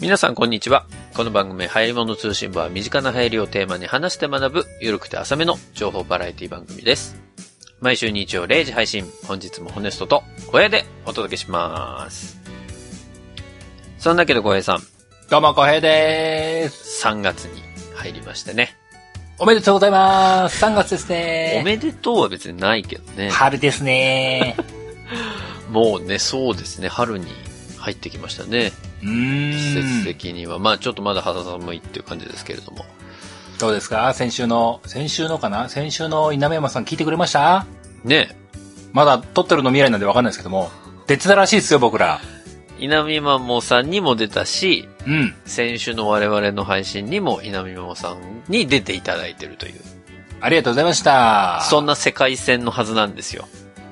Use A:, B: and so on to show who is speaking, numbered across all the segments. A: 皆さん、こんにちは。この番組、流行り物通信部は、身近な流行りをテーマに話して学ぶ、ゆるくて浅めの情報バラエティ番組です。毎週日曜0時配信、本日もホネストと、小屋でお届けします。そんだけど、小平さん、
B: どうも、こへいでーす。
A: 3月に入りましてね。
B: おめでとうございます。3月ですね
A: おめでとうは別にないけどね。
B: 春で すね
A: もうね、そうですね、春に入ってきましたね。
B: う
A: 季節
B: ーん。
A: 的には。まあ、ちょっとまだ肌寒いっていう感じですけれども。
B: どうですか先週の、先週のかな先週の稲山さん聞いてくれました
A: ねえ
B: まだ撮ってるの未来なんでわかんないですけども、出てたらしいですよ、僕ら。
A: 稲見まもさんにも出たし、
B: うん。
A: 先週の我々の配信にも稲見まもさんに出ていただいてるという。
B: ありがとうございました。
A: そんな世界線のはずなんですよ。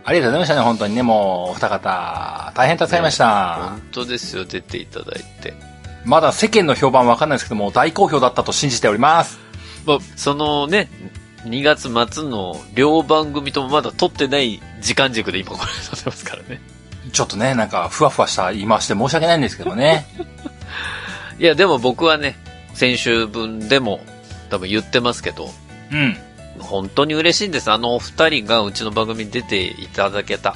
B: ありがとうございましたね、本当にね、もう、お二方。大変助かりました。
A: 本当ですよ、出ていただいて。
B: まだ世間の評判わかんないですけども、大好評だったと信じております。
A: まあ、そのね、2月末の両番組ともまだ撮ってない時間軸で今これ撮ってますからね。
B: ちょっとね、なんか、ふわふわした言い回しで申し訳ないんですけど もね。
A: いや、でも僕はね、先週分でも多分言ってますけど、
B: うん。
A: 本当に嬉しいんです。あのお二人がうちの番組に出ていただけた。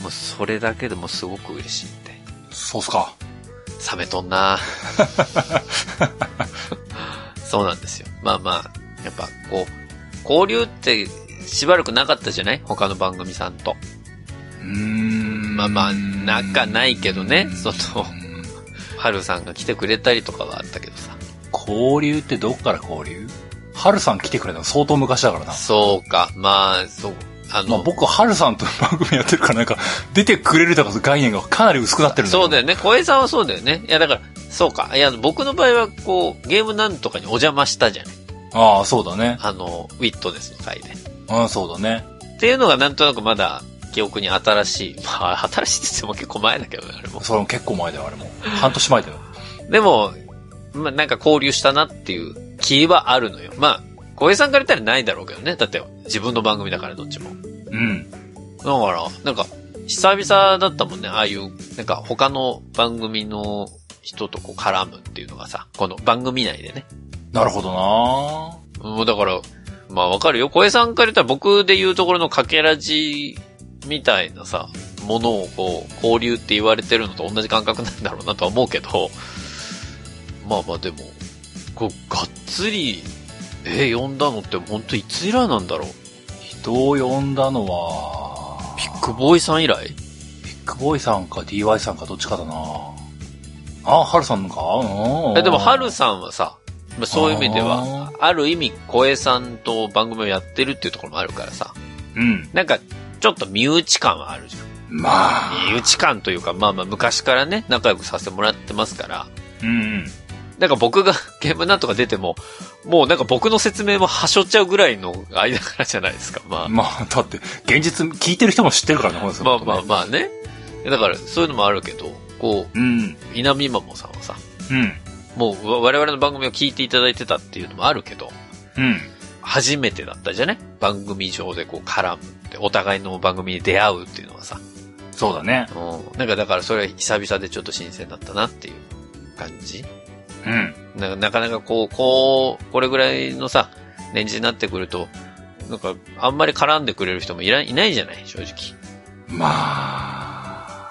A: もうそれだけでもすごく嬉しいんで。
B: そうっすか。
A: 冷めとんな そうなんですよ。まあまあ、やっぱこう、交流ってしばらくなかったじゃない他の番組さんと。まあま
B: ま
A: あ、なんかないけどね、その、はるさんが来てくれたりとかはあったけどさ。
B: 交流ってどっから交流ハルさん来てくれたの相当昔だからな。
A: そうか、まあ、そう、あ
B: まあ
A: の、
B: 僕、ハルさんと番組やってるから、なんか、出てくれるとか概念がかなり薄くなってるんだけど
A: そうだよね。小江さんはそうだよね。いや、だから、そうか。いや、僕の場合は、こう、ゲームなんとかにお邪魔したじゃない。
B: ああ、そうだね。
A: あの、ウィットネスの回で。
B: うん、そうだね。
A: っていうのがなんとなくまだ記憶に新しい。まあ、新しいって言っても結構前だけどね、あれも。
B: それも結構前だよ、あれも。半年前だよ。
A: でも、まあなんか交流したなっていう気はあるのよ。まあ、小平さんから言ったらないだろうけどね。だって自分の番組だからどっちも。
B: うん。
A: だから、なんか、久々だったもんね。ああいう、なんか他の番組の人とこう絡むっていうのがさ、この番組内でね。
B: なるほどな
A: もうだから、まあわかるよ。小江さんから言ったら僕で言うところのかけらじみたいなさ、ものをこう、交流って言われてるのと同じ感覚なんだろうなとは思うけど、まあまあでも、こう、がっつり、えー、呼んだのって本当いつ以来なんだろう
B: 人を呼んだのは、
A: ビッグボーイさん以来
B: ビッグボーイさんか DY さんかどっちかだなああ、ハルさんかうん。
A: えでも、春さんはさ、まあ、そういう意味では
B: あ、
A: ある意味、小江さんと番組をやってるっていうところもあるからさ、
B: うん。
A: なんか、ちょっと身内感はあるじゃん。
B: まあ。
A: 身内感というか、まあまあ昔からね、仲良くさせてもらってますから、
B: うんうん。
A: なんか僕が ゲームなんとか出ても、もうなんか僕の説明もはしょっちゃうぐらいの間からじゃないですか、まあ。
B: まあ、だって、現実、聞いてる人も知ってるからね、ほん
A: まあまあ
B: あ。
A: まあね。だからそういうのもあるけど、こう、
B: うん。
A: 稲見まもさんはさ、
B: うん。
A: もうわ我々の番組を聞いていただいてたっていうのもあるけど、
B: うん。
A: 初めてだったじゃね番組上でこう絡むって、お互いの番組に出会うっていうのはさ。
B: そうだね。
A: うん。なんかだからそれは久々でちょっと新鮮だったなっていう感じ
B: うん。
A: ななかなかこう、こう、これぐらいのさ、年次になってくると、なんか、あんまり絡んでくれる人もいらいないじゃない正直。
B: ま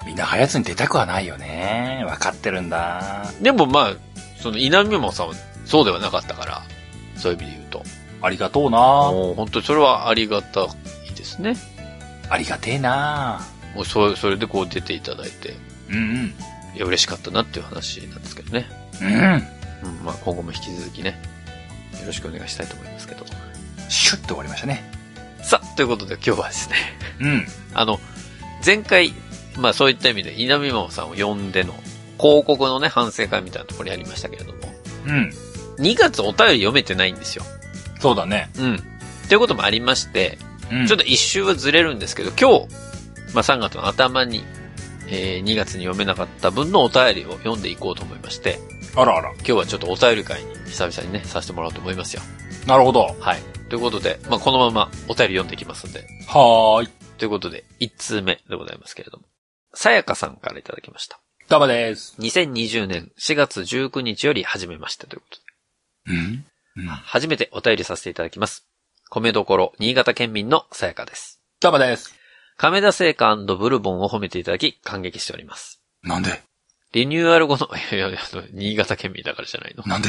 B: あ、みんな早つに出たくはないよね。わかってるんだ。
A: でもまあ、その、稲見もさんはそうではなかったから、そういう意味で言うと。
B: ありがとうな。
A: もう本当にそれはありがたいですね。
B: ありがてえな。
A: もうそ、それでこう出ていただいて、
B: うん
A: いや、嬉しかったなっていう話なんですけどね。
B: うん。うん。
A: うん、まあ今後も引き続きね、よろしくお願いしたいと思いますけど。
B: シュッと終わりましたね。
A: さあ、ということで今日はですね、
B: うん。
A: あの、前回、まあそういった意味で、稲見真央さんを呼んでの、広告のね、反省会みたいなところやりましたけれども、
B: うん。
A: 2月お便り読めてないんですよ。
B: そうだね。
A: うん。ということもありまして、
B: うん。
A: ちょっと一周はずれるんですけど、今日、まあ3月の頭に、えー、2月に読めなかった分のお便りを読んでいこうと思いまして、
B: と、あらあら。
A: 今日はちょっとお便り会に久々にね、させてもらおうと思いますよ。
B: なるほど。
A: はい。ということで、まあこのままお便り読んでいきますんで、
B: はーい。
A: ということで、1通目でございますけれども、さやかさんからいただきました。
B: ダバです。
A: 2020年4月19日より始めましたということで。
B: うん
A: 初めてお便りさせていただきます。米どころ、新潟県民のさやかです。
B: ダバです。
A: 亀田製菓ブルボンを褒めていただき、感激しております。
B: なんで
A: リニューアル後の、 いやいや、あの新潟県民だからじゃないの。
B: なんで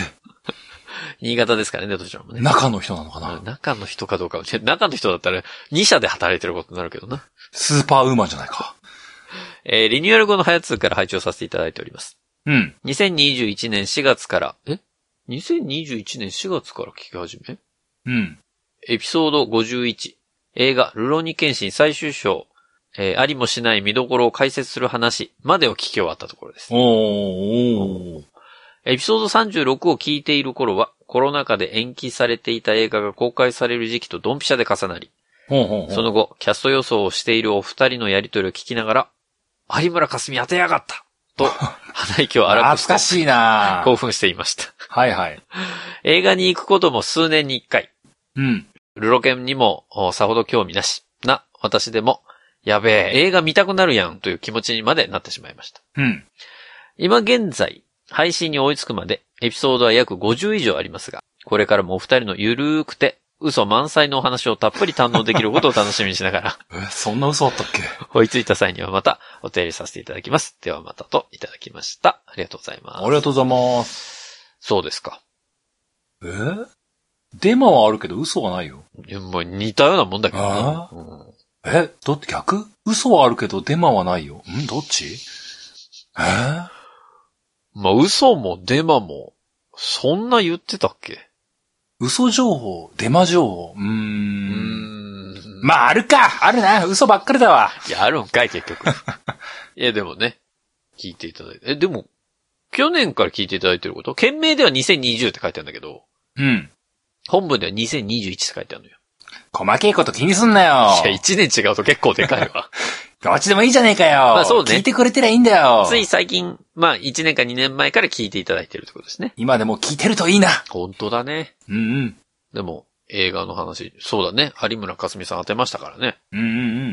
A: 新潟ですからね、どちらもね。
B: 中の人なのか
A: あ
B: な
A: 中の人かどうかは、中の人だったら2社で働いてることになるけどな。
B: スーパーウーマンじゃないか。
A: えーリニューアル後のハヤツーから拝聴させていただいております。
B: うん。
A: 2021年4月から、え ?2021 年4月から聞き始め
B: うん。
A: エピソード51。映画、ルロニケンシン最終章、えーありもしない見どころを解説する話までを聞き終わったところです。
B: おー、おー。
A: エピソード36を聞いている頃は、コロナ禍で延期されていた映画が公開される時期とドンピシャで重なり、
B: ほうほうほう
A: その後、キャスト予想をしているお二人のやりとりを聞きながら、有村架純当てやがった と、鼻息を荒く
B: 懐か
A: して、
B: しいな
A: 興奮していました。
B: はいはい。
A: 映画に行くことも数年に一回、
B: うん。
A: ルロケンにもおさほど興味なしな私でも、やべえ、映画見たくなるやんという気持ちにまでなってしまいました。
B: うん。
A: 今現在、配信に追いつくまでエピソードは約50以上ありますが、これからもお二人のゆるーくて、嘘満載のお話をたっぷり堪能できることを楽しみにしながら、
B: え、そんな嘘あったっけ
A: 追いついた際にはまたお手入れさせていただきます。ではまたといただきました。ありがとうございます。
B: ありがとうございます。
A: そうですか。
B: えデマはあるけど嘘はないよ。
A: いやもう似たようなもんだけどな
B: あ、
A: うん
B: えどっち逆嘘はあるけどデマはないよ。んどっちえ
A: まあ、嘘もデマも、そんな言ってたっけ
B: 嘘情報デマ情報うー。
A: うんん。
B: まあ、あるかあるな嘘ばっかりだわ。
A: いや、あるん かい、結局。いや、でもね、聞いていただいて。え、でも、去年から聞いていただいてること県名では2020って書いてあるんだけど、
B: うん。
A: 本文では2021って書いてあるのよ。
B: 細けいこと気にすんな
A: い
B: よ。
A: や、1年違うと結構でかいわ。
B: どっちでもいいじゃねえかよ。
A: まあそうね
B: 聞いてくれてりゃいいんだよ。
A: つい最近、まあ、1年か2年前から聞いていただいてるってことですね。
B: 今でも聞いてるといいな。
A: 本当だね。
B: うんうん。
A: でも、映画の話、そうだね。有村架純さん当てましたからね。
B: うんうんうん。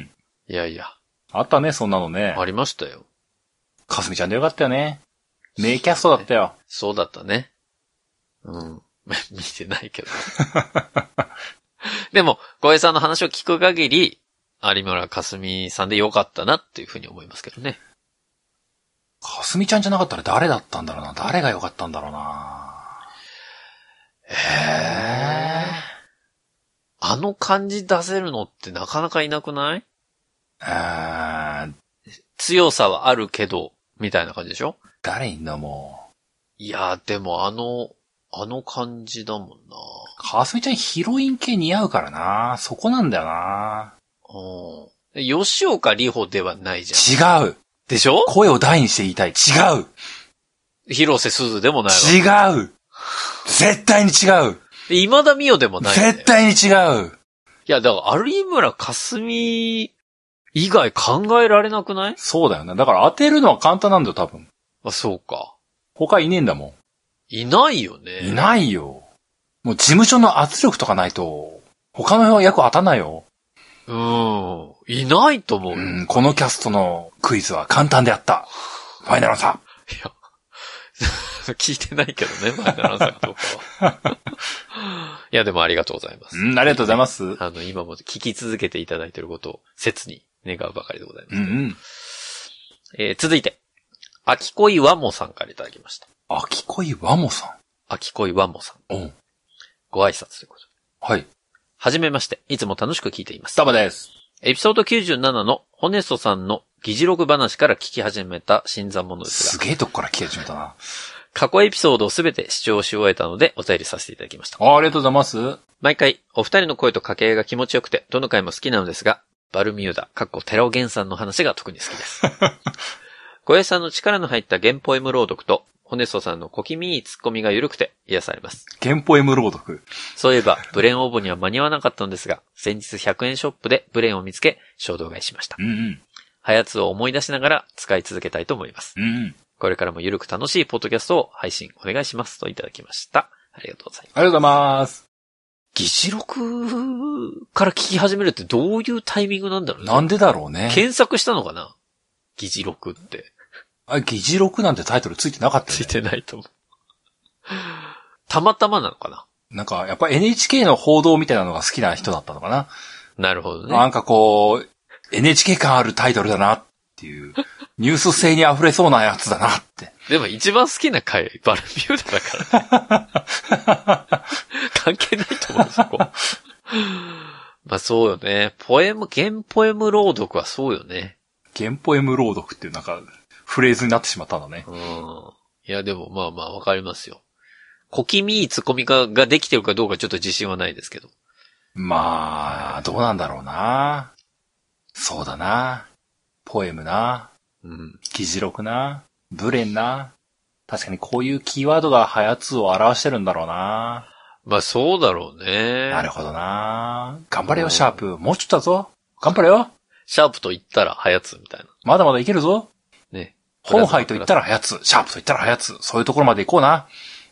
A: いやいや、
B: あったね、そんなのね。
A: ありましたよ。
B: かすみちゃんでよかったよね。名キャストだったよ。
A: そうだったね。うん。 見てないけど。でも、小江さんの話を聞く限り、有村架純さんでよかったなっていうふうに思いますけどね。
B: かすみちゃんじゃなかったら誰だったんだろうな。誰がよかったんだろうな。え
A: あの感じ出せるのってなかなかいなくない
B: えー。
A: 強さはあるけど、みたいな感じでしょ
B: 誰いんだも
A: いやー、でもあの、あの感じだもんな
B: う。かすみちゃんヒロイン系似合うからな。そこなんだよな。
A: うん。吉岡里帆ではないじゃん。
B: 違う。
A: でしょ
B: 声を大にして言いたい。違う。
A: 広瀬すずでもないわ。
B: 違う。絶対に違う。
A: で今田美桜でもないんだよ。
B: 絶対に違
A: い
B: う。
A: や、だから、有村架純以外考えられなくない
B: そうだよな。だから当てるのは簡単なんだよ、多分。
A: あ、そうか。
B: 他いねえんだも
A: いないよ
B: ん。
A: ね。
B: いないよ。もう事務所の圧力とかないと、他の役当たんないよ。
A: うん。いないと思うよ。
B: う
A: い
B: ん、このキャストのクイズは簡単であった。ファイナルアンサ
A: や、 聞いてないけどね、前田さんとかは。いや、でもありがとうございます。
B: ー。うん、ありがとうございます。うん
A: あの、今も聞き続けていただいていることを切に願うばかりでございます。
B: うん。
A: えー続いて、秋恋和もさんからいただきました。
B: 秋恋和もさ
A: 秋恋和もさん。
B: ん。うん。
A: ご挨拶ということで。
B: はい。
A: はじめまして、いつも楽しく聞いています
B: ス。タバです。
A: エピソード97のホネストさんの議事録話から聞き始めた新参者です
B: す
A: が、
B: げえとこから来て始めたな。
A: 過去エピソードをすべて視聴し終えたのでお便りさせていただきました。
B: あありがとうございます。うん
A: 毎回、お二人の声と掛け合いが気持ちよくて、どの回も好きなのですが、バルミューダ、かっこ寺尾源さんの話が特に好きです。小江さんの力の入った原ポエム朗読と、ホネストさんの小気味いいツッコミが緩くて癒されます。
B: 憲法 M 朗読。
A: そういえば、ブレン応募には間に合わなかったのですが、先日100円ショップでブレンを見つけ、衝動買いしました
B: う。んうん。
A: ハヤツを思い出しながら使い続けたいと思います。
B: うんうん。
A: これからもゆるく楽しいポッドキャストを配信お願いしますといただきました。ありがとうございます。
B: ありがとうございます。
A: 議事録から聞き始めるってどういうタイミングなんだろうね。
B: なんでだろうね。
A: 検索したのかな議事録って。
B: あ、議事録なんてタイトルついてなかったよ
A: つ
B: ね
A: いてないと思う。たまたまなのかな
B: なんか、やっぱ NHK の報道みたいなのが好きな人だったのかな。
A: なるほど
B: な
A: ね。
B: んかこう、NHK 感あるタイトルだなっていう、ニュース性に溢れそうなやつだなって。
A: でも一番好きな回、バルミューダだから、 ね、関係ないと思う、そこ。まあそうよね。ポエム、原ポエム朗読はそうよね。
B: 原ポエム朗読っていうなんか、フレーズになってしまったんだね。
A: うん。いや、でもまあまあわかりますよ。小気味いいツッコミがができてるかどうかちょっと自信はないですけど。
B: まあ、どうなんだろうな。そうだな。ポエムな。
A: うん。
B: 議事録な。ブレンな。確かにこういうキーワードがハヤツを表してるんだろうな。
A: まあそうだろうね。
B: なるほどな。頑張れ
A: うん
B: よ、シャープ。もうちょっとだぞ。頑張れよ。
A: シャープと言ったら、はやつみたい
B: まだまだいけるぞ。
A: な。ね。
B: 本杯と言ったら早つ、シャープと言ったら早つ、そういうところまで行こうな。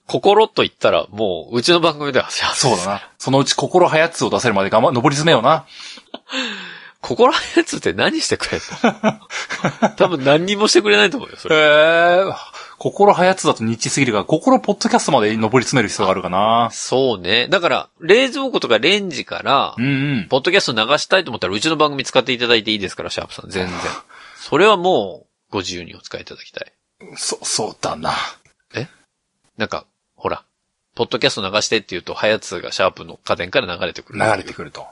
A: 心と言ったら、もう、うちの番組では、
B: そうだな。そのうち心早つを出せるまで頑張、登り詰めような。
A: 心のやつって何してくれんの 多分何にもしてくれないと思うよ、それ。
B: ええー、心早つだとニッチすぎるが、心ポッドキャストまで登り詰める必要があるかな。
A: そうね。だから、冷蔵庫とかレンジから
B: う、んうん。
A: ポッドキャスト流したいと思ったら、うちの番組使っていただいていいですから、シャープさん、 全然。それはもう、ご自由にお使いいただきたい。
B: そ、そうだな。
A: なんか、ほら、ポッドキャスト流してって言うと、はやつがシャープの家電から流れてくる。
B: 流れてくると。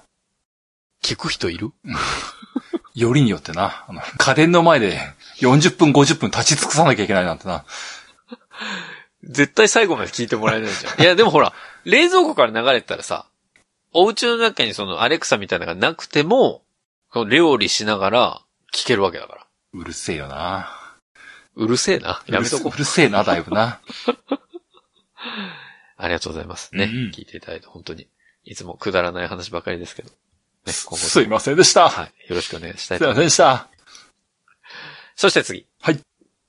A: 聞く人いる
B: よりによってな、あの、家電の前で40分50分立ち尽くさなきゃいけないなんてな。
A: 絶対最後まで聞いてもらえないじゃん。いや、でもほら、冷蔵庫から流れてたらさ、お家の中にそのアレクサみたいなのがなくても、この料理しながら聞けるわけだから。
B: うるせえよな。
A: うるせえな。やめとこ
B: うるせえな、だいぶな。
A: う。ありがとうございます。ね。
B: うん
A: 聞いていただいて、本当に。いつもくだらない話ばかりですけど。ね、今後とも
B: すいませんでした。
A: はい。よろしくお願いしたい
B: す
A: と
B: いま
A: 思
B: せん
A: いま。
B: ですした。
A: そして次。
B: はい。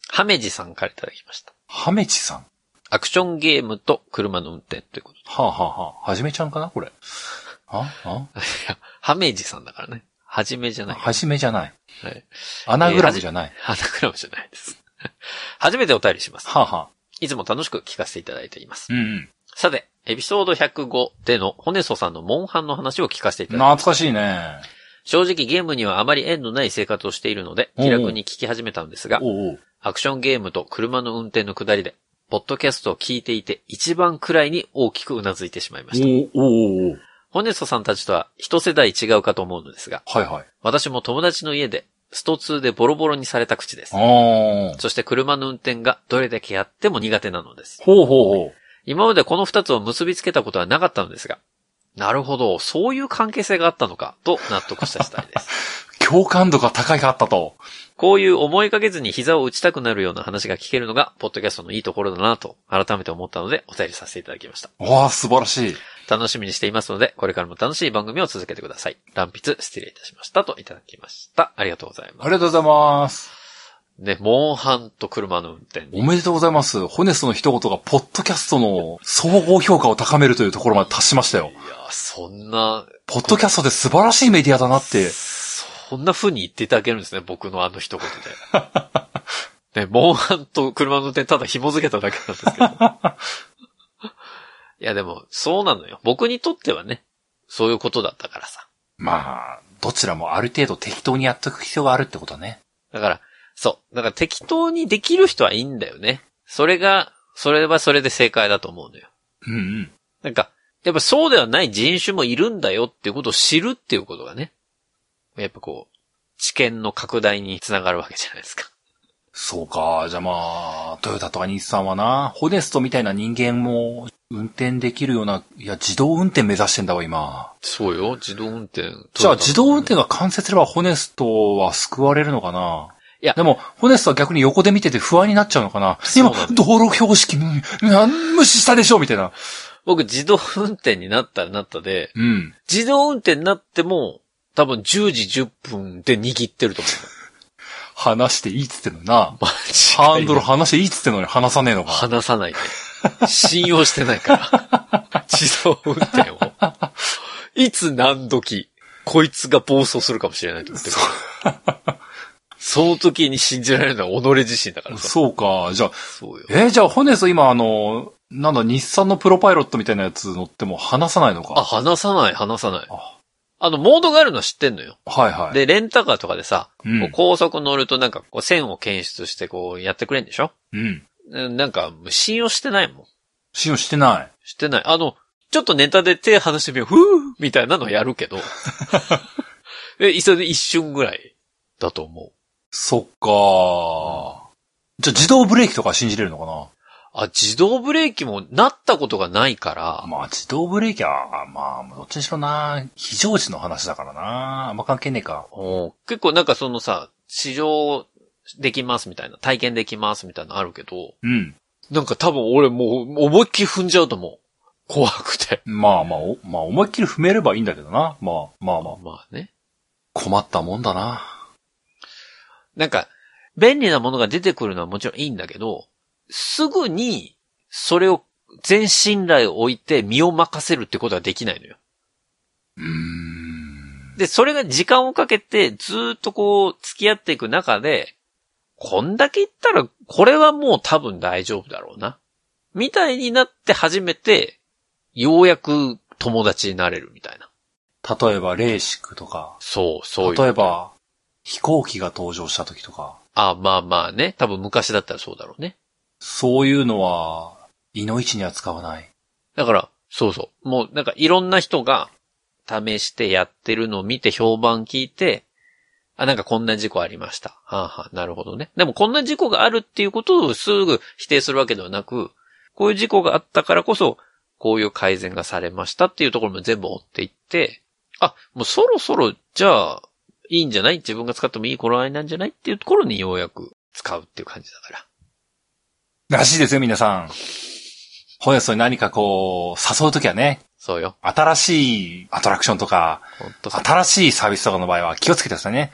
A: ハメジさんからいただきました。
B: ハメチさん。
A: アクションゲームと車の運転ということで。
B: はあ、はあはあ、はじめちゃんかなこれ。ああ
A: いや、ハメジさんだからね。はじめじゃない。
B: はじめじゃない。
A: はい。
B: アナグラムじゃない。
A: 花クラブじゃないです。 初めてお便りします。
B: はあ、はあ、
A: いつも楽しく聞かせていただいています
B: う。ん
A: さて、エピソード105でのホネソさんのモンハンの話を聞かせてい
B: うん。
A: ただき
B: 懐かしいね。
A: 正直ゲームにはあまり縁のない生活をしているので、
B: おう
A: 気楽に聞き始めたんですが、
B: おうおう
A: アクションゲームと車の運転の下りで、ポッドキャストを聞いていて一番くらいに大きくうなずいてしまいました。
B: おうおうおう
A: ホネソさんたちとは一世代違うかと思うのですが、
B: はいはい。
A: 私も友達の家でスト2でボロボロにされた口です。
B: ああ。
A: そして車の運転がどれだけやっても苦手なのです。
B: ほうほうほ
A: 今までこの二つを結びつけたことはなかったのですが、なるほど、そういう関係性があったのか、と納得した次第 です。
B: う。共感度が高いかったと。
A: こういう思いかけずに膝を打ちたくなるような話が聞けるのが、ポッドキャストのいいところだなと、改めて思ったので、お便りさせていただきました。
B: わあ、素晴らしい。
A: 楽しみにしていますので、これからも楽しい番組を続けてください。乱筆、失礼いたしました。といただきました。ありがとうござい
B: あ
A: ま
B: りがとうございます。
A: す。ね、モンハンと車の運転。
B: おめでとうございます。ホネスの一言が、ポッドキャストの総合評価を高めるというところまで達しましたよ
A: い。や、そんな、
B: ポッドキャストって素晴らしいメディアだなって。
A: そんな風に言っていただけるんですね、僕のあの一言で。 ね、モンハンと車の運転ただ紐付けただけなんですけど。 いやでも、そうなのよ。僕にとってはね、そういうことだったからさ。
B: まあ、どちらもある程度適当にやっとく必要があるってことね。
A: だから、そう。だから適当にできる人はいいんだよね。それが、それはそれで正解だと思うのよ。
B: うんうん。
A: なんか、やっぱそうではない人種もいるんだよっていうことを知るっていうことがね、やっぱこう、知見の拡大につながるわけじゃないですか。
B: そうか。じゃあまあ、トヨタとか日産はな、ホネストみたいな人間も運転できるような、いや、自動運転目指してんだわ、今。
A: そうよ、自動運転。
B: じゃあ自動運転が完成すればホネストは救われるのかない
A: いや
B: でも、ホネストは逆に横で見てて不安になっちゃうのかな
A: そう
B: 今
A: だね、
B: 道路標識、うんうん無視したでしょみたいな。
A: 僕自動運転になったらなったで、
B: うん。
A: 自動運転になっても、多分10時10分で握ってると思
B: 離していいっつってんのにな
A: う。。マジ
B: ハンドル離していいっつってんのに離さねえのか。
A: 離さないで。信用してない から。自動運転を。いつ何時、こいつが暴走するかもしれないと思ってる。その時に信じられるのは己自身だからさ。
B: そうか。じゃあ、
A: そうよ。
B: えーじゃあ、ホネス今あの、なんだ、日産のプロパイロットみたいなやつ乗っても話さないの
A: あ、
B: か。
A: 話さない、話さない
B: あ。
A: あの、モードがあるのは知ってんのよ。
B: はいはい。
A: で、レンタカーとかでさ、
B: う。
A: こうん高速乗るとなんかこう線を検出してこうやってくれんでしょ
B: うん。
A: うんなんか、信用してないもん。
B: 信用してない。
A: してない。あの、ちょっとネタで手離してみよう、ふぅみたいなのやるけ ど。え、それで一瞬ぐらいだと思う。
B: そっか。じゃあ、自動ブレーキとか信じれるのか
A: あ、自動ブレーキもなったことがないから
B: な、まあ、自動ブレーキは、まあ、どっちにしろな、非常時の話だからな。あんま関係ねえか。
A: おー結構なんかそのさ、試乗できますみたいな、体験できますみたいなのあるけど、
B: うん。
A: なんか多分俺もう思いっきり踏んじゃうと思う。怖くて。
B: まあまあ、おまあ、思いっきり踏めればいいんだけどな。まあまあまあ、
A: まあね。
B: 困ったもんだな。
A: なんか、便利なものが出てくるのはもちろんいいんだけど、すぐに、それを全信頼を置いて身を任せるってことはできないのよ。
B: うーん。
A: で、それが時間をかけてずーっとこう付き合っていく中で、こんだけ言ったら、これはもう多分大丈夫だろうな。みたいになって初めて、ようやく友達になれるみたいな。
B: 例えば、レーシックとか。
A: そう、そういう。
B: 例えば、飛行機が登場した時とか、
A: あ、まあまあね。多分昔だったらそうだろうね。
B: そういうのは、いの一には使わない。
A: だから、そうそう。もうなんかいろんな人が試してやってるのを見て評判聞いて、あ、なんかこんな事故ありました。はあ、はあ、なるほどね。でもこんな事故があるっていうことをすぐ否定するわけではなく、こういう事故があったからこそ、こういう改善がされましたっていうところも全部追っていって、あ、もうそろそろ、じゃあ、いいんじゃない自分が使ってもいい頃合いなんじゃないっていうところにようやく使うっていう感じだから。
B: らしいですよ、皆さん。本日に何かこう、誘うときはね、
A: そうよ。
B: 新しいアトラクションとか、
A: ほんとさ。
B: 新しいサービスとかの場合は気をつけてくださいね。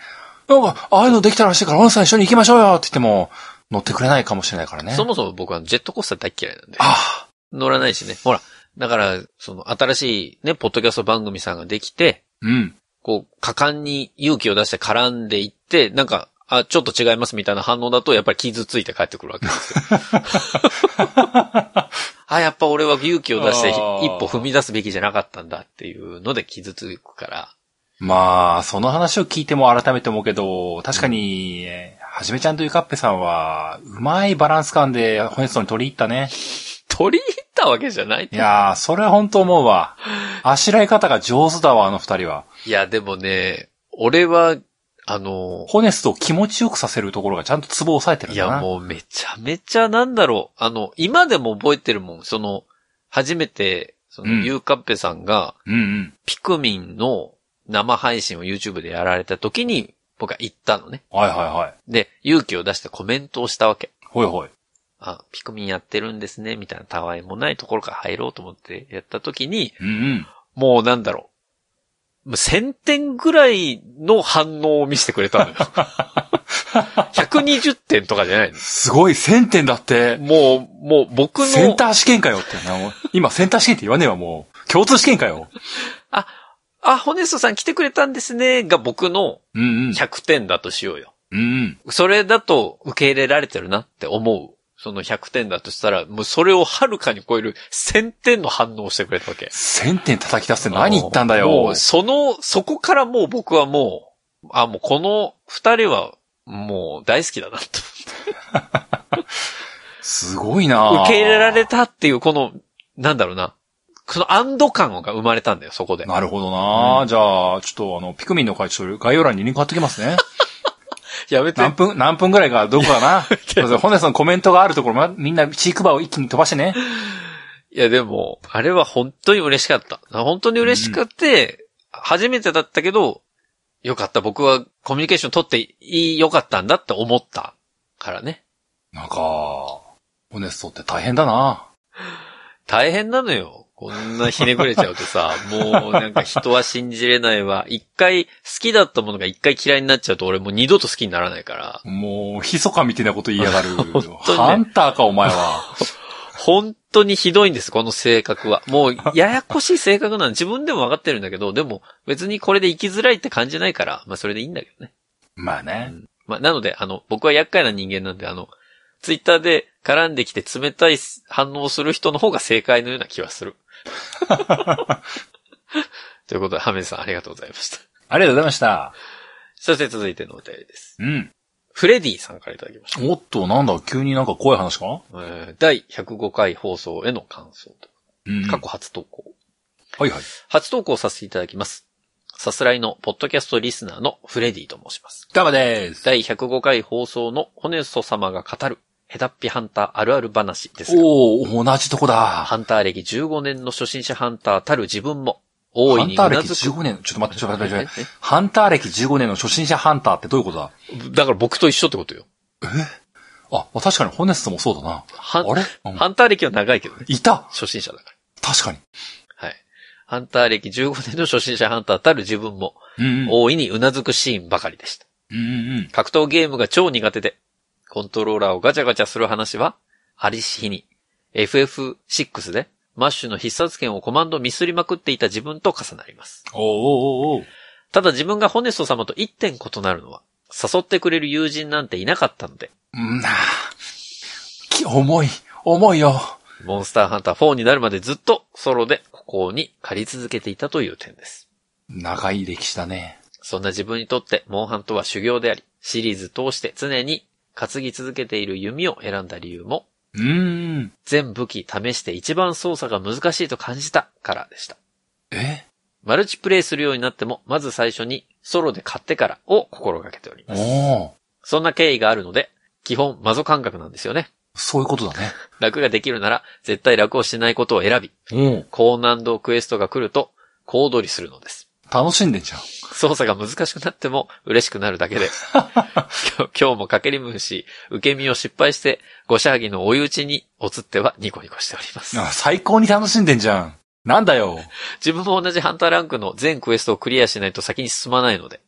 B: なんか、ああいうのできたらしいから、本さん一緒に行きましょうよって言っても、乗ってくれないかもしれないからね。
A: そもそも僕はジェットコースター大嫌いなんで。
B: ああ、
A: 乗らないしね。ほら、だから、その、新しいね、ポッドキャスト番組さんができて、
B: うん。
A: こう、果敢に勇気を出して絡んでいって、なんか、あ、ちょっと違いますみたいな反応だと、やっぱり傷ついて帰ってくるわけですよ。あ、やっぱ俺は勇気を出して
B: あー
A: 一歩踏み出すべきじゃなかったんだっていうので傷つくから。
B: まあ、その話を聞いても改めて思うけど、確かに、えーはじめちゃんとゆかっぺさんは、うまいバランス感で本日に取り入ったね。
A: 取り入ったわけじゃない
B: いやー、それは本当思うわ。あしらい方が上手だわ、あの二人は。
A: いや、でもね、俺は、あの、
B: ホネストを気持ちよくさせるところがちゃんとツボを押さえてる
A: い
B: んだな。
A: や、もうめちゃめちゃなんだろう。あの、今でも覚えてるもん。その、初めて、その、
B: うん
A: ゆうかっぺさんが、
B: う。うんうん。
A: ピクミンの生配信を YouTube でやられた時に、僕は行ったのね。
B: はいはいはい。
A: で、勇気を出してコメントをしたわけ。
B: ほいほい。
A: あ、ピクミンやってるんですね、みたいなたわいもないところから入ろうと思ってやった時に、
B: うんうん。
A: もうなんだろう。もう1000点ぐらいの反応を見せてくれたの よ。120点とかじゃないの。
B: すごい、1000点だって。
A: もう、もう僕の。
B: センター試験かよってな。もう今、センター試験って言わねえわ、もう。共通試験かよ。
A: あ、ホネストさん来てくれたんですね、が僕の
B: うんうん。
A: 100点だとしようよ。
B: うんうん。
A: それだと受け入れられてるなって思う。その100点だとしたら、もうそれをはるかに超える1000点の反応をしてくれたわけ。
B: 1000点叩き出して何言ったんだよ。
A: もう、その、そこからもう僕はもう、あ、もうこの二人は、もう大好きだなと。
B: すごいな
A: 受け入れられたっていう、この、なんだろうな。この安堵感が生まれたんだよ、そこで。
B: なるほどな、
A: う
B: じゃあ、ちょっとあの、ピクミンの会長、概要欄にリンク貼っときますね。
A: やめて
B: 何。分、何分ぐらいかどこ かな。そうそう本田さんコメントがあるところ、ま、みんなチークバーを一気に飛ばしてね。
A: いや、でも、あれは本当に嬉しかった。本当に嬉しくて、初めてだったけど、よかった。僕はコミュニケーション取っていい、よかったんだって思ったからね。
B: なんか、ホネストって大変だな
A: 大変なのよ。こんなひねくれちゃうとさ、もうなんか人は信じれないわ。一回好きだったものが一回嫌いになっちゃうと俺もう二度と好きにならないから、
B: もう、ひそかみたいなこと言いやがる。
A: 当にね
B: ハンターか、お前 は。
A: 本当にひどいんです、この性格は。もうややこしい性格なの自分でも分かってるんだけど、でも別にこれで生きづらいって感じないから、まあそれでいいんだけどね。
B: まあね。
A: まあ、なので、あの、僕は厄介な人間なんで、あの、ツイッターで絡んできて冷たい反応をする人の方が正解のような気はす る。ということで、ハメさんありがとうございました。
B: ありがとうございました。
A: そして続いてのお便りです。
B: うん。
A: フレディさんからいただきました。
B: おっと、なんだ、急になんか怖い話か
A: えー第105回放送への感想と。
B: うん。
A: 過去初投稿。
B: はいはい。
A: 初投稿させていただきます。さすらいのポッドキャストリスナーのフレディと申します。
B: ダマです。
A: 第105回放送のホネスト様が語るヘタッピハンターあるある話ですが、
B: おお同じとこだ。
A: ハンター歴15年の初心者ハンターたる自分も大
B: ハ
A: い
B: ン
A: に
B: ター
A: う
B: 歴
A: なずく。
B: 15年、ちょっと待って、ちょっと待って、ちょっと待
A: え
B: って。ハンター歴15年の初心者ハンターってどういうことだ
A: だから僕と一緒ってことよ。
B: あ、まあ確かにホネストもそうだな。
A: ハン
B: あれうん
A: ハンター歴は長いけどね。
B: いた
A: 初心者だか
B: 確かに。
A: ら。はい。ハンター歴15年の初心者ハンターたる自分も
B: うんうん。
A: 大いにうなずくシーンばかりでした。
B: うんうんうん。
A: 格闘ゲームが超苦手で、コントローラーをガチャガチャする話は、ありし日に、FF6 で、マッシュの必殺剣をコマンドミスりまくっていた自分と重なります。
B: おーおーおーおー
A: ただ自分がホネスト様と一点異なるのは、誘ってくれる友人なんていなかったので、
B: うんなあき、重い。重いよ。
A: モンスターハンター4になるまでずっとソロでここに借り続けていたという点です。
B: 長い歴史だね。
A: そんな自分にとって、モンハンとは修行であり、シリーズ通して常に担ぎ続けている弓を選んだ理由も、
B: うーん。
A: 全武器試して一番操作が難しいと感じたからでした。
B: え
A: マルチプレイするようになっても、まず最初にソロで買ってからを心がけており
B: お
A: ます。
B: お
A: そんな経緯があるので、基本マゾ感覚なんですよね。
B: そういうことだね。
A: 楽ができるなら、絶対楽をしないことを選び、
B: うん。
A: 高難度クエストが来ると、小躍りするのです。
B: 楽しんでんじゃん。
A: 操作が難しくなっても嬉しくなるだ けで、今日今日もかけりむし、受け身を失敗して、ごしゃぎの追い打ちに、おつってはニコニコしております。
B: あ最高に楽しんでんじゃん。なんだよ。
A: 自分も同じハンターランクの全クエストをクリアしないと先に進まないので、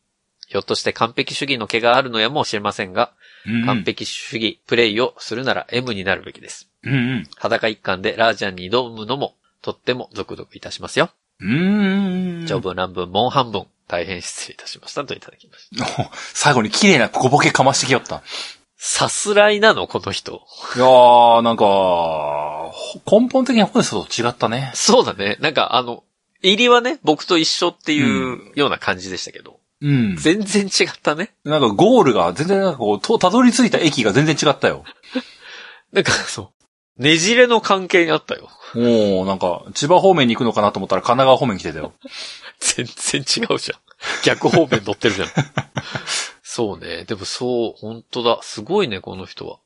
A: ひょっとして完璧主義の毛があるのやもしれませんが、
B: うん
A: 完。璧主義プレイをするなら M になるべきです。
B: うんうん。
A: 裸一貫でラージャンに挑むのも、とってもゾクゾクいたしますよ。
B: うーん。
A: 長文乱文、もん半分、大変失礼いたしましたといただきました。
B: 最後に綺麗な小ボケかましてきよった。
A: さすらいなのこの人。
B: いやー、なんか、ほ根本的にホネストと違ったね。
A: そうだね。なんかあの、入りはね、僕と一緒っていうような感じでしたけど、
B: うん。
A: 全然違ったね。
B: なんかゴールが全然なんかこう、と、たどり着いた駅が全然違ったよ。
A: なんかそう、ねじれの関係にあったよ。
B: おー、なんか、千葉方面に行くのかなと思ったら神奈川方面に来てたよ。
A: 全然違うじゃん。逆方面乗ってるじゃん。そうね。でもそう、本当だ。すごいね、この人は。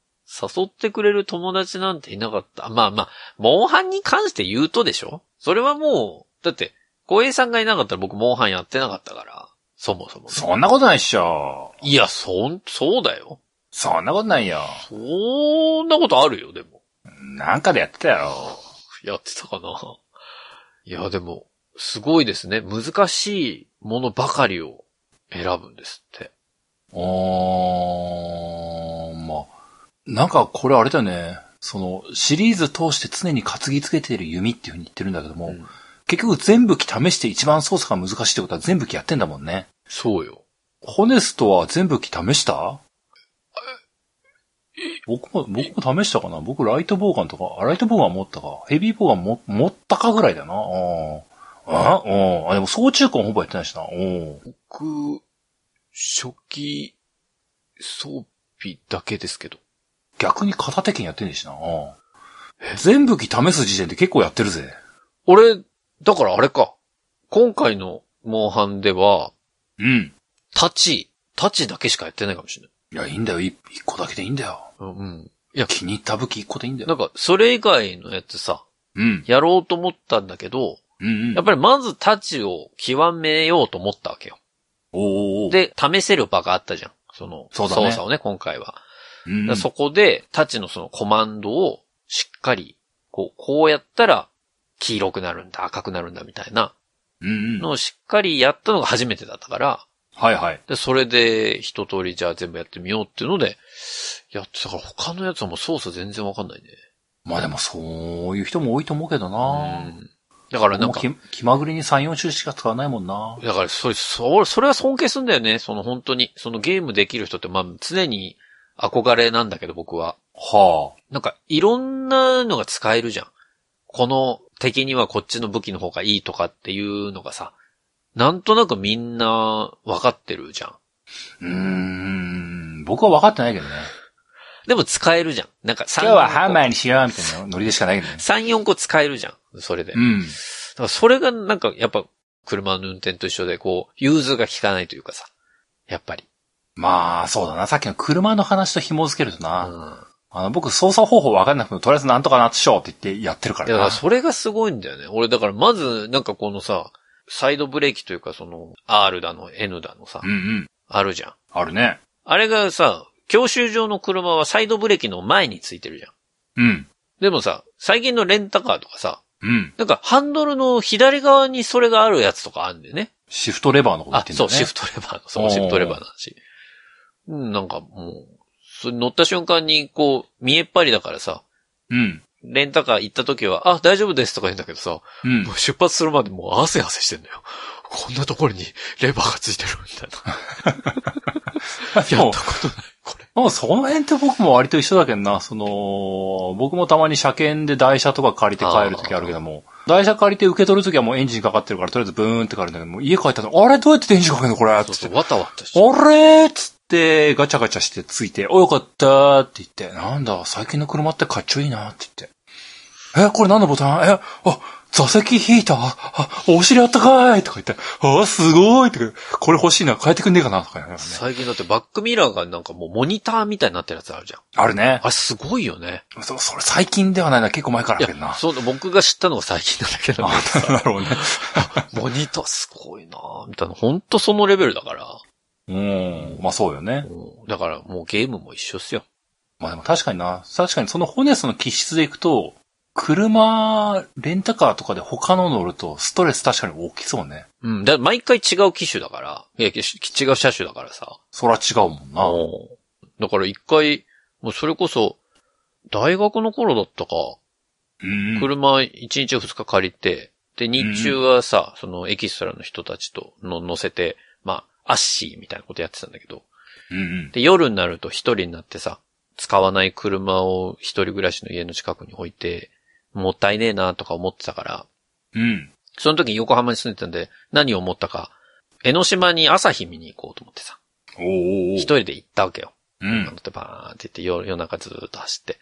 A: 誘ってくれる友達なんていなかった。まあまあ、モンハンに関して言うとでしょそれはもう、だって、小平さんがいなかったら僕モンハンやってなかったから、そもそもね。
B: そんなことないっしょ。
A: いや、そん、そうだよ。
B: そんなことないよ。
A: そんなことあるよ、でも。
B: なんかでやってたよ。
A: やってたかな。いや、でも、すごいですね。難しいものばかりを選ぶんですって。
B: おー、まあ。なんかこれあれだよね。その、シリーズ通して常に担ぎつけている弓っていうふうに言ってるんだけども、
A: うん
B: 結局全武器試して一番操作が難しいってことは全武器やってんだもんね。
A: そうよ。
B: ホネストは全武器試した僕も、僕も試したかな僕ライトボーガンとか、あライトボーガン持ったか、ヘビーボーガンも持ったかぐらいだな。うんあうん。あ、でも総中間ほぼやってないしな。うん。
A: 僕、初期装備だけですけど。
B: 逆に片手剣やってんねんしな。うん全武器試す時点で結構やってるぜ。
A: 俺、だからあれか。今回のモンハンでは、
B: うん。
A: タチ、タチだけしかやってないかもしれない。
B: いや、いいんだよ。い一個だけでいいんだよ。
A: うん。うん、いや、
B: 気に入った武器一個でいいんだ
A: な
B: よ。
A: んか、それ以外のやつさ、
B: うん。
A: やろうと思ったんだけど、
B: うんう
A: やっ
B: ん。
A: ぱりまずタチを極めようと思ったわけよ。
B: おーおー。
A: で、試せる場があったじゃん。その、
B: そうだ
A: 操
B: ね
A: 作をね、今回は。
B: うん
A: だからそこで、タチのそのコマンドをしっかり、こう、こうやったら、黄色くなるんだ、赤くなるんだ、みたいな
B: うんうん。
A: のをしっかりやったのが初めてだったから、
B: はいはい。
A: で、それで一通りじゃあ全部やってみようっていうので、やってたから他のやつはもう操作全然わかんないね。
B: まあでもそういう人も多いと思うけどな。
A: うんだからなん
B: もう
A: か、
B: 気気まぐれに3、4種しか使わないもんな。
A: だからそれ、それ、それは尊敬するんだよね。その本当に、そのゲームできる人って、まあ常に憧れなんだけど僕は。
B: は
A: なんか、いろんなのが使えるじゃん。この敵にはこっちの武器の方がいいとかっていうのがさ、なんとなくみんな分かってるじゃん。
B: あ。うーん、僕は分かってないけどね。
A: でも使えるじゃん。なんか3、
B: 今日はハンマ
A: ー
B: ーにしようみたいなノリでしかないけどね。
A: 3、4個使えるじゃん。それで。だ
B: うん。
A: からそれがなんか、やっぱ、車の運転と一緒で、こう、融通が効かないというかさ。やっぱり。
B: まあ、そうだな。さっきの車の話と紐づけると
A: う
B: な。
A: ん。
B: あの、僕操作方法分かんなくても、とりあえずなんとかなっしょうって言ってやってるか
A: いや、
B: ら
A: だか
B: な
A: ら。それがすごいんだよね。俺、だからまず、なんかこのさ、サイドブレーキというか、その、R だの、N だのさ
B: うん、うん。
A: あるじゃん。
B: あるね。
A: あれがさ、教習所の車はサイドブレーキの前についてるじゃん。
B: うん。
A: でもさ、最近のレンタカーとかさ、
B: うん。
A: なんかハンドルの左側にそれがあるやつとかあるんだよね。
B: シフトレバーのこと言
A: あ
B: っ、てんだ
A: そ
B: よ
A: う、
B: ね。
A: シフトレバーの、そう、シフトレバーの話。うん、なんかもう、それ乗った瞬間にこう、見えっぱりだからさ、
B: うん。
A: レンタカー行った時は、あ、大丈夫ですとか言うんだけどさ、
B: うん
A: も。う出発するまでもう汗汗してんだよ。こんなところにレバーがついてるみたいな。や
B: も
A: ったことない、これ。
B: う、もうその辺って僕も割と一緒だけどな。その、僕もたまに車検で台車とか借りて帰るときあるけども、台車借りて受け取るときはもうエンジンかかってるから、とりあえずブーンって帰るんだけども、家帰ったら、 あれどうやってエンジンかけるのこれ
A: そう
B: つ
A: そ
B: っ
A: う、
B: て。
A: わたわたして。
B: あれっつって、ガチャガチャしてついて、お、よかったって言って、なんだ、最近の車ってかっちょいいなって言って。え、これ何のボタンえ、あ、座席引いたあ、お尻あったかいとか言って、あ、すごいとか、これ欲しいな、変えてくんねえかなとか言いながらね
A: 最近だってバックミラーがなんかもうモニターみたいになってるやつあるじゃん。
B: あるね
A: あ。れすごいよね。
B: そ、それ最近ではないな、結構前から
A: い
B: だけど
A: や、
B: な。
A: そう、僕が知ったのが最近なんだけど、
B: あ、 なるほどね。
A: モニターすごいなぁみたいな。ほんとそのレベルだから。
B: うん。まあそうよね。
A: うんだからもうゲームも一緒っすよ。
B: まあでも確かにな、確かにそのホネスの気質でいくと、車、レンタカーとかで他の乗ると、ストレス確かに大きそうね。
A: うん。だ毎回違う機種だから。いや、機種違う車種だからさ。
B: そら違うもんな。
A: うんだから一回、もうそれこそ、大学の頃だったか、
B: うん。
A: 車1日2日借りて、で、日中はさ、そのエキストラの人たちとの乗せて、まあ、アッシーみたいなことやってたんだけど、
B: うんうん。
A: で、夜になると一人になってさ、使わない車を一人暮らしの家の近くに置いて、もったいねえなとか思ってたから、
B: うん。
A: その時横浜に住んでたんで、何を思ったか、江ノ島に朝日見に行こうと思ってさ、
B: おーお
A: 一
B: ー
A: 人で行ったわけよ。
B: う
A: 乗っ
B: ん。
A: てバーンって行って夜夜中ずーっと走って。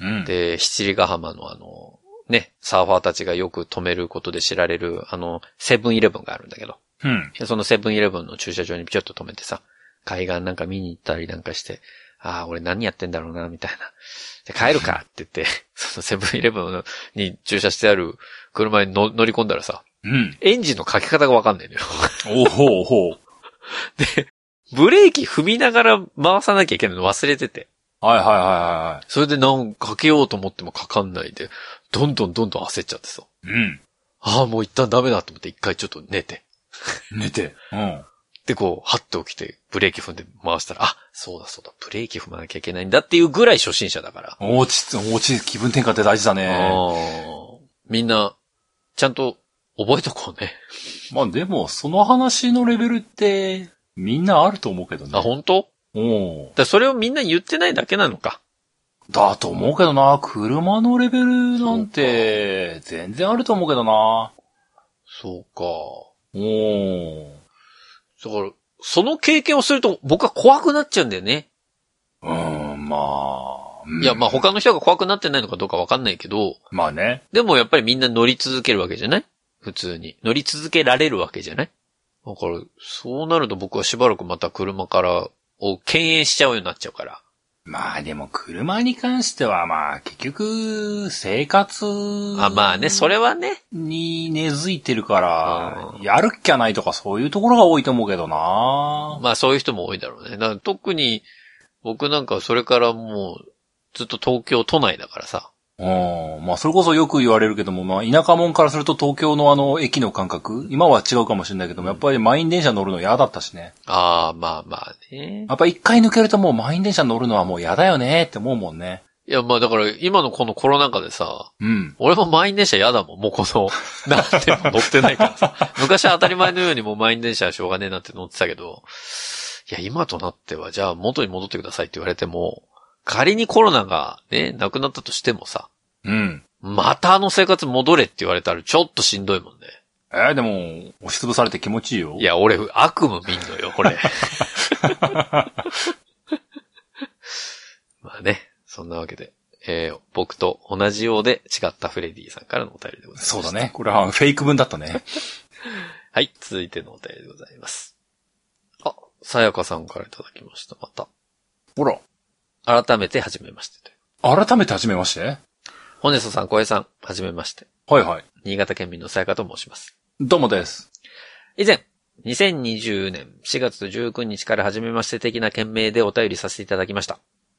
B: うん。
A: で、七里ヶ浜のあの、ね、サーファーたちがよく止めることで知られる、あの、セブンイレブンがあるんだけど。
B: うん。
A: でそのセブンイレブンの駐車場にピチョッと止めてさ、海岸なんか見に行ったりなんかして、ああ、俺何やってんだろうな、みたいな。で、帰るかって言って、 そのセブンイレブンに駐車してある車にの乗り込んだらさ、
B: うん。
A: エンジンのかけ方がわかんないのよ。
B: おーほーほー。
A: ブレーキ踏みながら回さなきゃいけないの忘れてて。
B: はいはいはいはいは
A: それでなんかけようと思ってもかかんないで、どんどんどんどん焦っちゃってさ。
B: い。うん。
A: ああ、もう一旦ダメだと思って一回ちょっと寝て。
B: 寝て。うん。
A: で、こう、はっと起きて、ブレーキ踏んで回したら、あ、そうだそうだ、ブレーキ踏まなきゃいけないんだっていうぐらい初心者だから。
B: おうち、おうち、気分転換って大事だね。
A: ああみんな、ちゃんと覚えとこうね。
B: まあでも、その話のレベルって、みんなあると思うけどね。
A: あ、本当
B: うん。
A: だそれをみんな言ってないだけなのか。
B: だと思うけどな。車のレベルなんて、全然あると思うけどな。
A: そうか。
B: うん。
A: だから、その経験をすると僕は怖くなっちゃうんだよね。
B: うん、まあ。うん
A: いや、まあ他の人が怖くなってないのかどうかわかんないけど、
B: まあね。
A: でもやっぱりみんな乗り続けるわけじゃない普通に。乗り続けられるわけじゃないだから、そうなると僕はしばらくまた車から、を敬遠しちゃうようになっちゃうから。
B: まあでも車に関してはまあ結局生活
A: あ、まあね、それはね。
B: に根付いてるか
A: う
B: ら、やるっきゃないとかそういうところが多いと思うけどな。
A: まあそういう人も多いだろうね。だから特に、僕なんかはそれからもう、ずっと東京都内だからさ。
B: うん。まあそれこそよく言われるけども、まあ田舎者からすると東京のあの駅の感覚、今は違うかもしれないけども、やっぱり満員電車乗るの嫌だったしね。
A: ああ、まあまあね。
B: やっぱ一回抜けるともう満員電車乗るのはもう嫌だよねって思うもんね。
A: いや、まあだから、今のこのコロナ禍でさ、
B: うん。
A: 俺も満員電車嫌だもん、もうこ の、なんても乗ってないからさ。昔は当たり前のようにもう満員電車はしょうがねえなって乗ってたけど、いや、今となっては、じゃあ元に戻ってくださいって言われても、仮にコロナがね、なくなったとしてもさ、
B: うん。
A: またあの生活戻れって言われたらちょっとしんどいもんね。
B: えーでも、押しつぶされて気持ちいいよ。
A: いや、俺、悪夢見んのよ、こ れ。まあね、そんなわけで。えー僕と同じようで違ったフレディさんからのお便りでございます。
B: そうだ。ね。これはフェイク文だったね。
A: はい、続いてのお便りでございます。あ、さやかさんからいただきました、また。
B: ほら。
A: 改めて、はじめましてという。
B: 改めて初めまして。は
A: ホネソさん、小江さん、はじめまして。
B: いはい。
A: 新潟県民のさやかと申します。
B: どうもです。
A: 以前、2020年4月19日からはじめまして的な件名でお便りさせていただきました。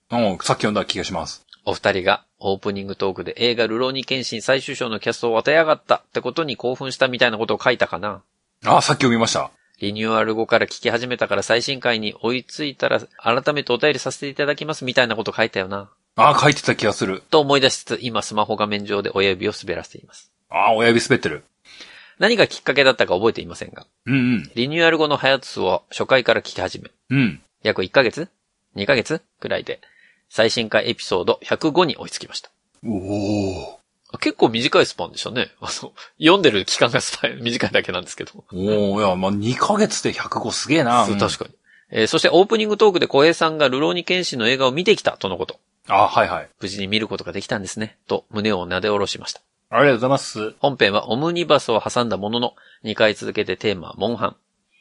B: うん、さっき読んだ気がします。
A: お二人がオープニングトークで映画ルローニケンシン最終章のキャストを当てやがったってことに興奮したみたいなことを書いたかな。
B: あ、さっき読みました。
A: リニューアル後から聞き始めたから最新回に追いついたら改めてお便りさせていただきますみたいなこと書いたよな。
B: あ、書いてた気がする。
A: と思い出しつつ今スマホ画面上で親指を滑らせています。
B: あ、親指滑ってる。
A: 何がきっかけだったか覚えていませんが、
B: うん
A: リニューアル後のハヤツスを初回から聞き始め、
B: うん。うん。
A: 約1ヶ月 ?2 ヶ月くらいで最新回エピソード105に追いつきました。
B: おー。
A: 結構短いスパンでしたね。あ の、読んでる期間がスパン、短いだけなんですけど。
B: おー、いや、まあ、2ヶ月で105すげえな。
A: そう確かに。えーそしてオープニングトークで小平さんがルローニケンシンの映画を見てきたとのこと。
B: に。あ、はいはい。
A: 無事に見ることができたんですね。と胸を撫で下ろしました。
B: ありがとうございます。うん
A: 本編はオムニバスを挟んだものの、2回続けてテーマはモンハン。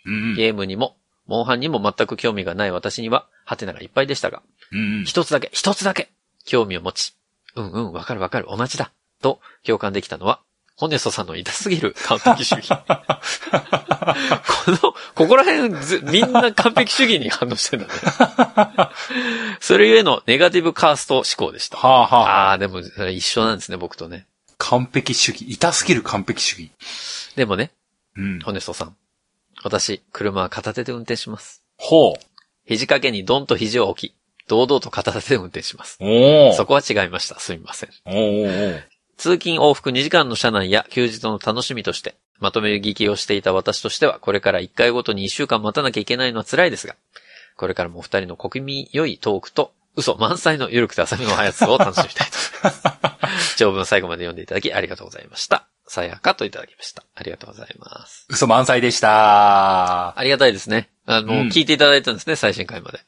B: うん。
A: ゲームにも、モンハンにも全く興味がない私には、ハテナがいっぱいでしたが、
B: うんうん。
A: 一つだけ、一つだけ、興味を持ち、うんうん、わかるわかる、同じだ、と共感できたのは、ホネソさんの痛すぎる 完璧主 義。この、ここら辺ず、みんな完璧主義に反応してんだね。 それゆえのネガティブカースト思考でした。
B: はあはあ。
A: ああー、でもそれ一緒なんですね、僕とね。
B: 完璧主義。痛すぎる完璧主義。
A: でもね、
B: うん。
A: ホネソさん。私、車は片手で運転します。
B: ほう。
A: 肘掛けにドンと肘を置き、堂々と片手で運転します。
B: おー。
A: そこは違いました。すみません。
B: おーおーおー
A: 通勤往復2時間の車内や休日の楽しみとして、まとめる聞きをしていた私としては、これから1回ごとに1週間待たなきゃいけないのは辛いですが、これからもお二人の国民良いトークと、嘘満載のゆるくて浅めの速さを楽しみたいと思い ます。長文を最後まで読んでいただきありがとうございました。さやかといただきました。ありがとうございます。
B: 嘘満載でした。
A: ありがたいですね。あの、
B: うん
A: 聞いていただいたんですね、最新回まで。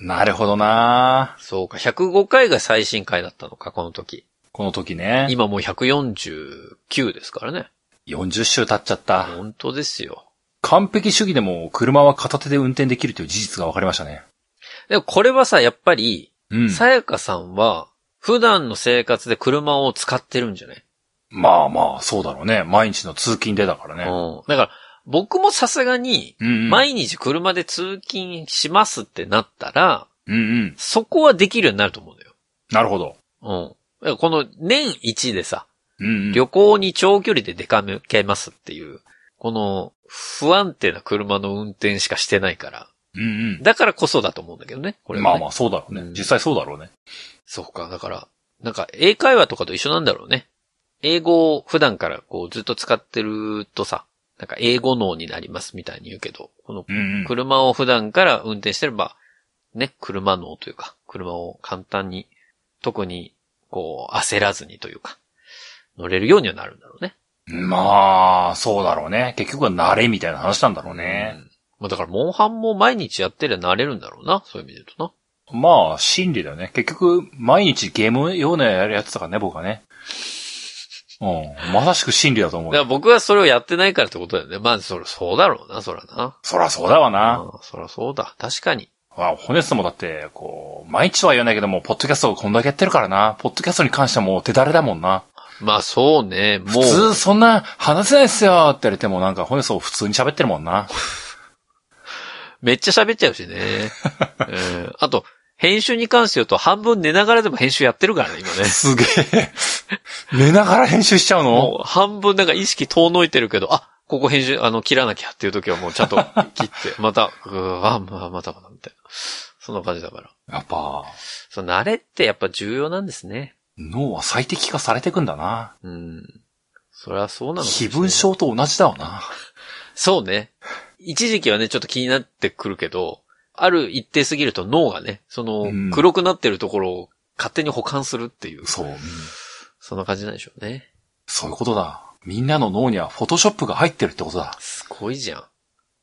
B: なるほどな
A: そうか、105回が最新回だったのか、この時。
B: この時ね。
A: 今もう149ですからね。
B: 40周経っちゃった。
A: 本当ですよ。
B: 完璧主義でも車は片手で運転できるという事実が分かりましたね。
A: でもこれはさ、やっぱり、
B: うん。
A: さやかさんは、普段の生活で車を使ってるんじゃない、
B: まあまあ、そうだろうね。毎日の通勤でだからね。
A: うん。だから、僕もさすがに、
B: うんうん。
A: 毎日車で通勤しますってなったら、
B: うんうん。
A: そこはできるようになると思うんだよ。
B: なるほど。
A: うん。だからこの年1でさ、
B: うん、うん。
A: 旅行に長距離で出かけますっていう、この不安定な車の運転しかしてないから、
B: うん
A: だからこそだと思うんだけどね、こ
B: う
A: れ
B: ん。
A: は、ね。
B: まあまあ、そうだろうね。
A: うん
B: 実際そうだろうね。
A: そうか、だから、なんか英会話とかと一緒なんだろうね。英語を普段からこうずっと使ってるとさ、なんか英語脳になりますみたいに言うけど、この
B: うんうん。
A: 車を普段から運転してれば、ね、車脳というか、車を簡単に、特にこう焦らずにというか、乗れるようにはなるんだろうね。
B: まあ、そうだろうね。結局は慣れみたいな話なんだろうね。
A: うん。まあだから、モンハンも毎日やってりゃ慣れるんだろうな、そういう意味で言うとな。
B: まあ、心理だよね。結局、毎日ゲーム用のやるやつだからね、僕はね。うん。まさしく心理だと思
A: だ
B: う
A: から
B: よ。
A: 僕はそれをやってないからってことだよね。まあ、それ、そうだろうな、そらな。
B: そらそうだわな。
A: ああ、そらそうだ。確かに。
B: まあ、ホネストもだって、こう、毎日は言わないけども、ポッドキャストをこんだけやってるからな。ポッドキャストに関してはもう手だれだもんな。
A: まあ、そうね。も
B: 普
A: う、
B: 通そんな話せないっすよって言われてもなんかホネスト普通に喋ってるもんな。
A: めっちゃ喋っちゃうし ね。うん。あと、編集に関して言うと、半分寝ながらでも編集やってるからね、今 ね。
B: すげえ。寝ながら編集しちゃうの
A: もう、半分なんか意識遠のいてるけど、あ、ここ編 集、あの、切らなきゃっていう時はもうちゃんと切って、また、うーあ、まあまたまた、みたいな。そんな感じだから。
B: やっぱ、
A: その慣れってやっぱ重要なんですね。
B: 脳は最適化されてくんだな。
A: うん。そりゃそうなのかもしれ
B: 気
A: ない
B: 分症と同じだわな。
A: そうね。一時期はね、ちょっと気になってくるけど、ある一定すぎると脳がね、その
B: うん
A: 黒くなってるところを勝手に保管するっていう、
B: そう。うん
A: そんな感じなんでしょうね。
B: そういうことだ。みんなの脳にはフォトショップが入ってるってことだ。
A: すごいじゃん。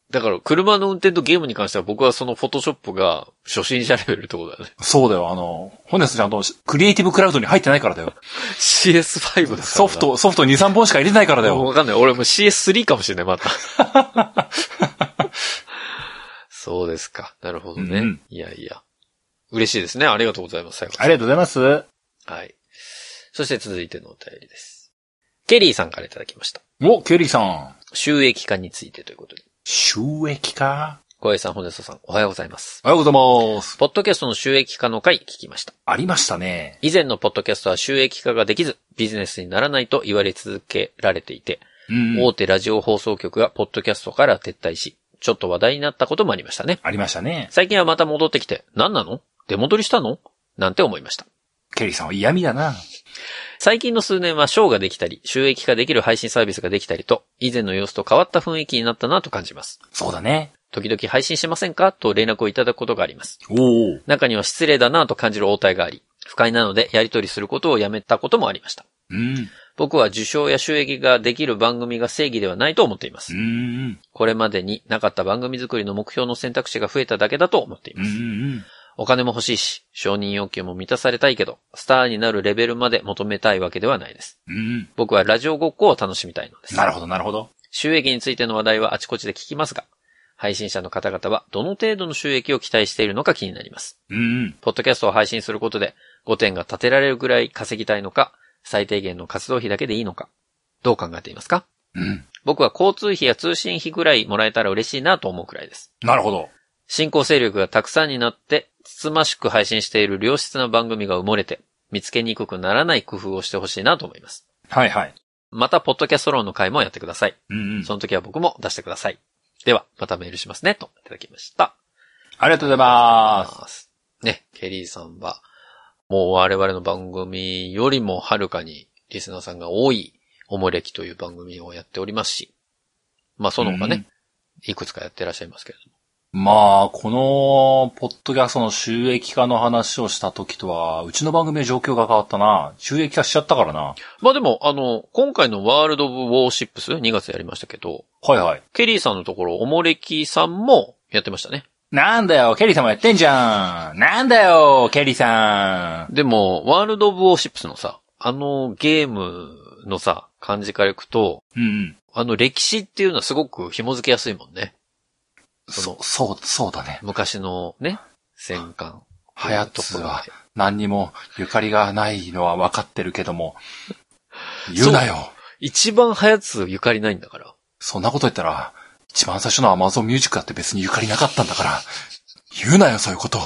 A: だから、車の運転とゲームに関しては僕はそのフォトショップが初心者レベルってことだね。
B: そうだよ、あの、ホネスちゃんとクリエイティブクラウドに入ってないからだよ。
A: CS5 だからな
B: ソフ。ト、ソフト2、3本しか入れてないからだ
A: もう
B: よ。
A: わかんない。俺もう CS3 かもしれない、また。 そうですか。なるほどね。
B: うん
A: いやいや。嬉しいですね。ありがとうございます。最後
B: ありがとうございます。
A: はい。そして続いてのお便りです。ケリーさんからいただきました。
B: お、ケリーさん。
A: 収益化についてということで。
B: 収益か
A: 小林さん、ホネソさん、おはようございます。
B: おはようございます。
A: ポッドキャストの収益化の回聞きました。
B: ありましたね。
A: 以前のポッドキャストは収益化ができず、ビジネスにならないと言われ続けられていて、
B: うん。
A: 大手ラジオ放送局がポッドキャストから撤退し、ちょっと話題になったこともありましたね。
B: ありましたね。
A: 最近はまた戻ってきて、何なの出戻りしたのなんて思いました。
B: ケリーさんは嫌味だな。
A: 最近の数年はショーができたり、収益化できる配信サービスができたりと、以前の様子と変わった雰囲気になったなと感じます。
B: そうだね。
A: 時々配信しませんかと連絡をいただくことがあります。
B: おお。
A: 中には失礼だなと感じる応対があり、不快なのでやり取りすることをやめたこともありました。
B: うん。
A: 僕は受賞や収益ができる番組が正義ではないと思っていま
B: う
A: す。
B: ん。
A: これまでになかった番組作りの目標の選択肢が増えただけだと思っています
B: うん。うん。
A: お金も欲しいし、承認要求も満たされたいけど、スターになるレベルまで求めたいわけではないです。
B: うん。
A: 僕はラジオごっこを楽しみたいのです。
B: なるほど、なるほど。
A: 収益についての話題はあちこちで聞きますが、配信者の方々はどの程度の収益を期待しているのか気になります。
B: うん。
A: ポッドキャストを配信することで、5点が立てられるぐらい稼ぎたいのか、最低限の活動費だけでいいのか、どう考えていますか
B: うん。
A: 僕は交通費や通信費ぐらいもらえたら嬉しいなと思うくらいです。
B: なるほど。
A: 進行勢力がたくさんになって、つつましく配信している良質な番組が埋もれて、見つけにくくならない工夫をしてほしいなと思います。
B: はいはい。
A: また、ポッドキャスト論の回もやってください。
B: うんうん。
A: その時は僕も出してください。では、またメールしますね、といただきました。
B: ありがとうございます。
A: す。ね、ケリーさんは、もう我々の番組よりもはるかにリスナーさんが多いおもれきという番組をやっておりますし、まあその他ね、いくつかやってらっしゃいますけれども。
B: まあ、この、ポッドキャストの収益化の話をした時とは、うちの番組の状況が変わったな。収益化しちゃったからな。
A: まあでも、あの、今回のワールド・オブ・ウォーシップス2月やりましたけど、
B: はいはい。
A: ケリーさんのところ、おもれきさんもやってましたね。
B: なんだよ、ケリーさんもやってんじゃん。なんだよ、ケリーさん。
A: でも、ワールド・オブ・ウォーシップスのさ、あのゲームのさ、感じからいくと、
B: うんうん。
A: あの歴史っていうのはすごく紐付けやすいもんね。
B: そう、そう、そうだね。
A: 昔のね、戦艦。
B: はやつは何にもゆかりがないのは分かってるけども、言うなよ。
A: 一番はやつゆかりないんだから。
B: そんなこと言ったら、一番最初の Amazon Music だって別にゆかりなかったんだから、言うなよ、そういうこと。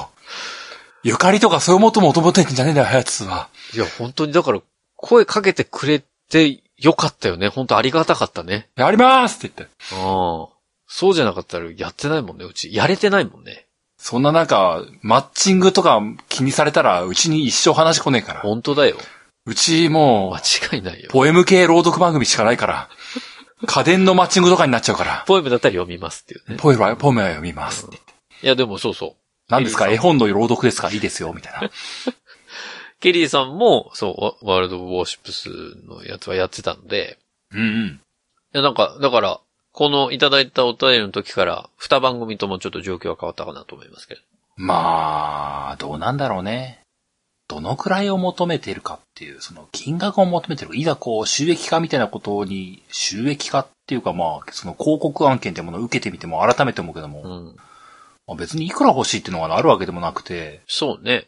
B: ゆかりとかそういうもともともてんじゃねえんだよ、はやつは。
A: いや、本当にだから、声かけてくれてよかったよね。本当ありがたかったね。
B: やりますって言って。
A: うん。そうじゃなかったらやってないもんね、うち。やれてないもんね。
B: そんな中、マッチングとか気にされたら、うちに一生話来ねえから。
A: 本当だよ。
B: うちもう
A: 間、違いないよ。
B: ポエム系朗読番組しかないから、家電のマッチングとかになっちゃうから、
A: ポエムだったら読みますっていうね。
B: ポエムは、ポエムは読みますって。
A: いや、でもそうそう。
B: 何ですか
A: ケリ
B: 絵
A: ーさん
B: 本の朗読ですかいいですよみたいな。
A: ケリーさんも、そう、ワワールド・ウォーシップスのやつはやってたので、
B: うんうん。
A: いや、なんか、だから、このいただいたお便りの時から、二番組ともちょっと状況は変わったかなと思いますけど。
B: まあ、どうなんだろうね。どのくらいを求めているかっていう、その金額を求めている。いざこう、収益化みたいなことに、収益化っていうかまあ、その広告案件ってものを受けてみても改めて思うけども、
A: うん。
B: まあ別にいくら欲しいっていうのがあるわけでもなくて、
A: そうね。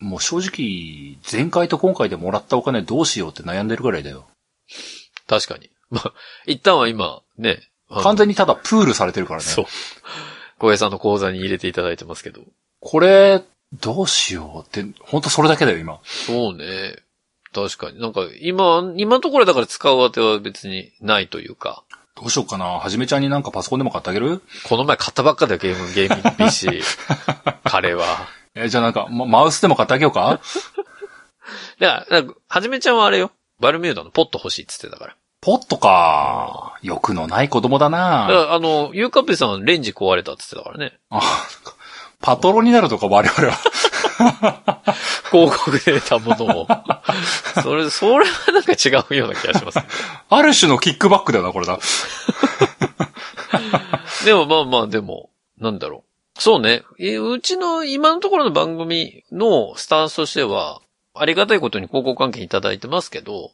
B: もう正直、前回と今回でもらったお金どうしようって悩んでるぐらいだよ。
A: 確かに。 まあ、一旦は今、ね。あの
B: 完全にただプールされてるからね。
A: そう。 小平さんの講座に入れていただいてますけど。
B: これ、どうしようって、ほんとそれだけだよ、今。
A: そうね。確かに。なんか、今、今のところだから使う当ては別にないというか、
B: どうしようかな。はじめちゃんになんかパソコンでも買ってあげる
A: この前買ったばっかだよ、ゲーム、ゲーミング PC。彼は。
B: え、じゃあなんか、まマウスでも買ってあげよう
A: だ
B: か
A: から、だからはじめちゃんはあれよ。バルミューダのポット欲しいって言ってたから。
B: ポットか。欲のない子供だ
A: だ
B: な
A: から、あの、ゆうかっぺさんはレンジ壊れたって言ってたからね。
B: あ、なんかパトロになるとか我々は。
A: 広告で得たものを。それ、それはなんか違うような気がします。
B: ある種のキックバックだよな、これだ。
A: でもまあまあ、でも、なんだろう。そうね。えうちの今のところの番組のスタンスとしては、ありがたいことに広告関係いただいてますけど、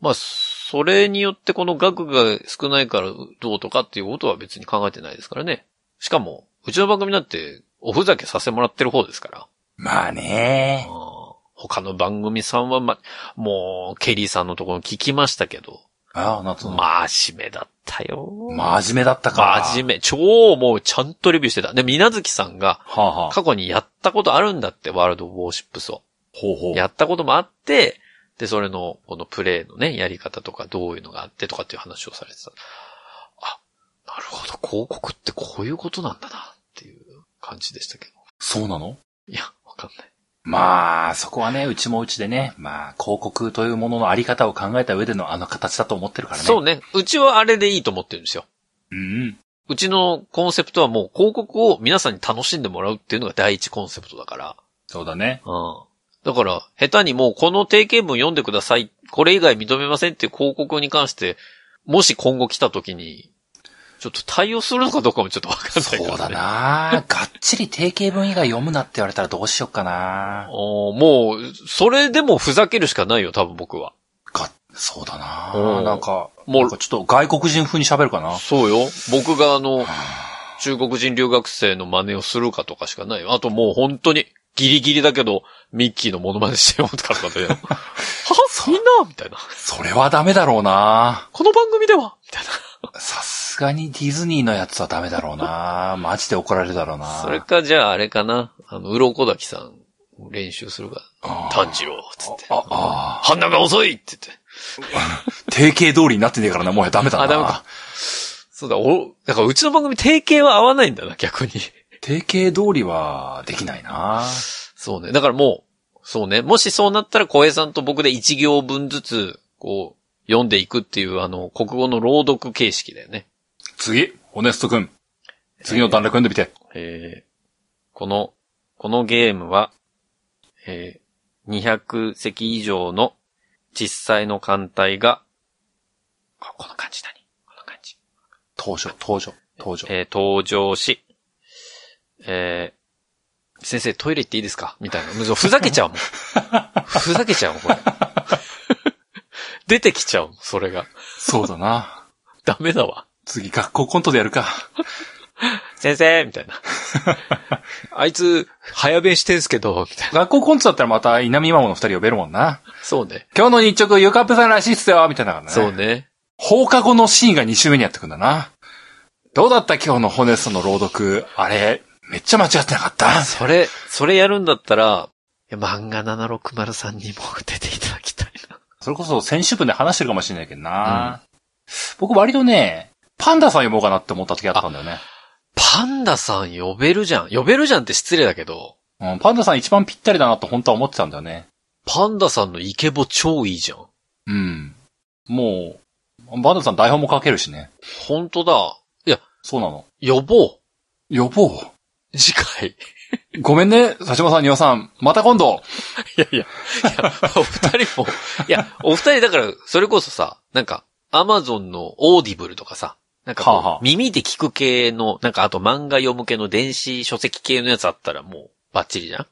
A: まあ、それによってこの額が少ないからどうとかっていうことは別に考えてないですからね。しかも、うちの番組なんておふざけさせてもらってる方ですから。
B: まあね
A: あー他の番組さんは、ま、もう、ケリーさんのところ聞きましたけど、
B: ああ、なんと、
A: 真面目だったよ。
B: 真面目だったか。
A: 真
B: 目。
A: 面目。超もうちゃんとレビューしてた。で、みなずきさんが
B: はあ、はあ、
A: 過去にやったことあるんだって、ワールドウォーシップスを。
B: ほうほう。
A: やったこともあって、で、それの、このプレイのね、やり方とか、どういうのがあってとかっていう話をされてた。あ、なるほど、広告ってこういうことなんだな、っていう感じでしたけど。
B: そうなの
A: いや、わかんない。
B: まあ、そこはね、うちもうちでね、まあ、広告というもののあり方を考えた上でのあの形だと思ってるからね。
A: そうね。うちはあれでいいと思ってるんですよ。
B: うん。
A: うちのコンセプトはもう広告を皆さんに楽しんでもらうっていうのが第一コンセプトだから。
B: そうだね。
A: うん。だから、下手にもうこの定型文読んでください。これ以外認めませんっていう広告に関して、もし今後来た時に、ちょっと対応するのかどうかもちょっとわかんないから、ね。
B: そうだ。ながっちり定型文以外読むなって言われたらどうしよっかな
A: おーもう、それでもふざけるしかないよ、多分僕は。
B: が、そうだな
A: おう
B: なんか、
A: もう
B: なんかちょっと外国人風に喋るかな
A: そうよ。僕があの、中国人留学生の真似をするかとかしかないよ。あともう本当に、ギリギリだけど、ミッキーのモノマネしてようとかとかで。 はみんなみたいな。
B: それはダメだろうな
A: この番組ではみたいな。
B: さすがにディズニーのやつはダメだろうなマジで怒られるだろうな
A: それか、じゃああれかな。あの、うろこだきさん、練習するか。
B: あー
A: 炭治郎、つって。
B: あ、あ
A: 判断が遅いって言って。
B: ー定型通りになってねえからな、もうやダメだな
A: あダメかそうだ、お、だからうちの番組定型は合わないんだな、逆に。
B: 定型通りはできないな
A: そうね。だからもう、そうね。もしそうなったら、小江さんと僕で一行分ずつ、こう、読んでいくっていう、あの、国語の朗読形式だよね。
B: 次、ホネスト君。次の段落読んでみて。
A: えーこの、このゲームは、えー200隻以上の実際の艦隊が、あこの感じ何この感じ。
B: 登場、登場、登場。
A: えー登場し、えー先生トイレ行っていいですかみたいな。むふざけちゃうもん。ふざけちゃうもん、これ。出てきちゃうもん、それが。
B: そうだな
A: ダメだわ。
B: 次、学校コントでやるか。
A: 先生みたいな。あいつ、早弁してんすけど、みたいな。
B: 学校コントだったらまた、稲見真央の二人呼べるもんな。
A: そうね。
B: 今日の日直、ゆかっぺさんらしいっすよみたいなのがね。
A: そう。ね。
B: 放課後のシーンが2週目にやってくんだな。どうだった今日のホネストの朗読。あれ、めっちゃ間違ってなかった。
A: それ、それやるんだったら、いや漫画7603にも出ていただきたいな。
B: それこそ先週分で話してるかもしれないけどな、僕割とね、パンダさん読もうかなって思った時あったんだよね。
A: パンダさん呼べるじゃん。呼べるじゃんって失礼だけど、
B: うん、パンダさん一番ぴったりだなと本当は思ってたんだよね。
A: パンダさんのイケボ超いいじゃん。
B: うん。もう、パンダさん台本も書けるしね。
A: 本当だ。
B: そうなの。
A: 呼ぼ
B: 予防。
A: う。次回。 い
B: ごめんね、佐島さん、丹羽さん。また今度。
A: やいや、いや、お二人も、いや、お二人だから、それこそさ、なんか、アマゾンのオーディブルとかさ、なんかこう
B: はあはあ
A: 耳で聞く系の、なんかあと漫画読む系の電子書籍系のやつあったらもう、バッチリじゃん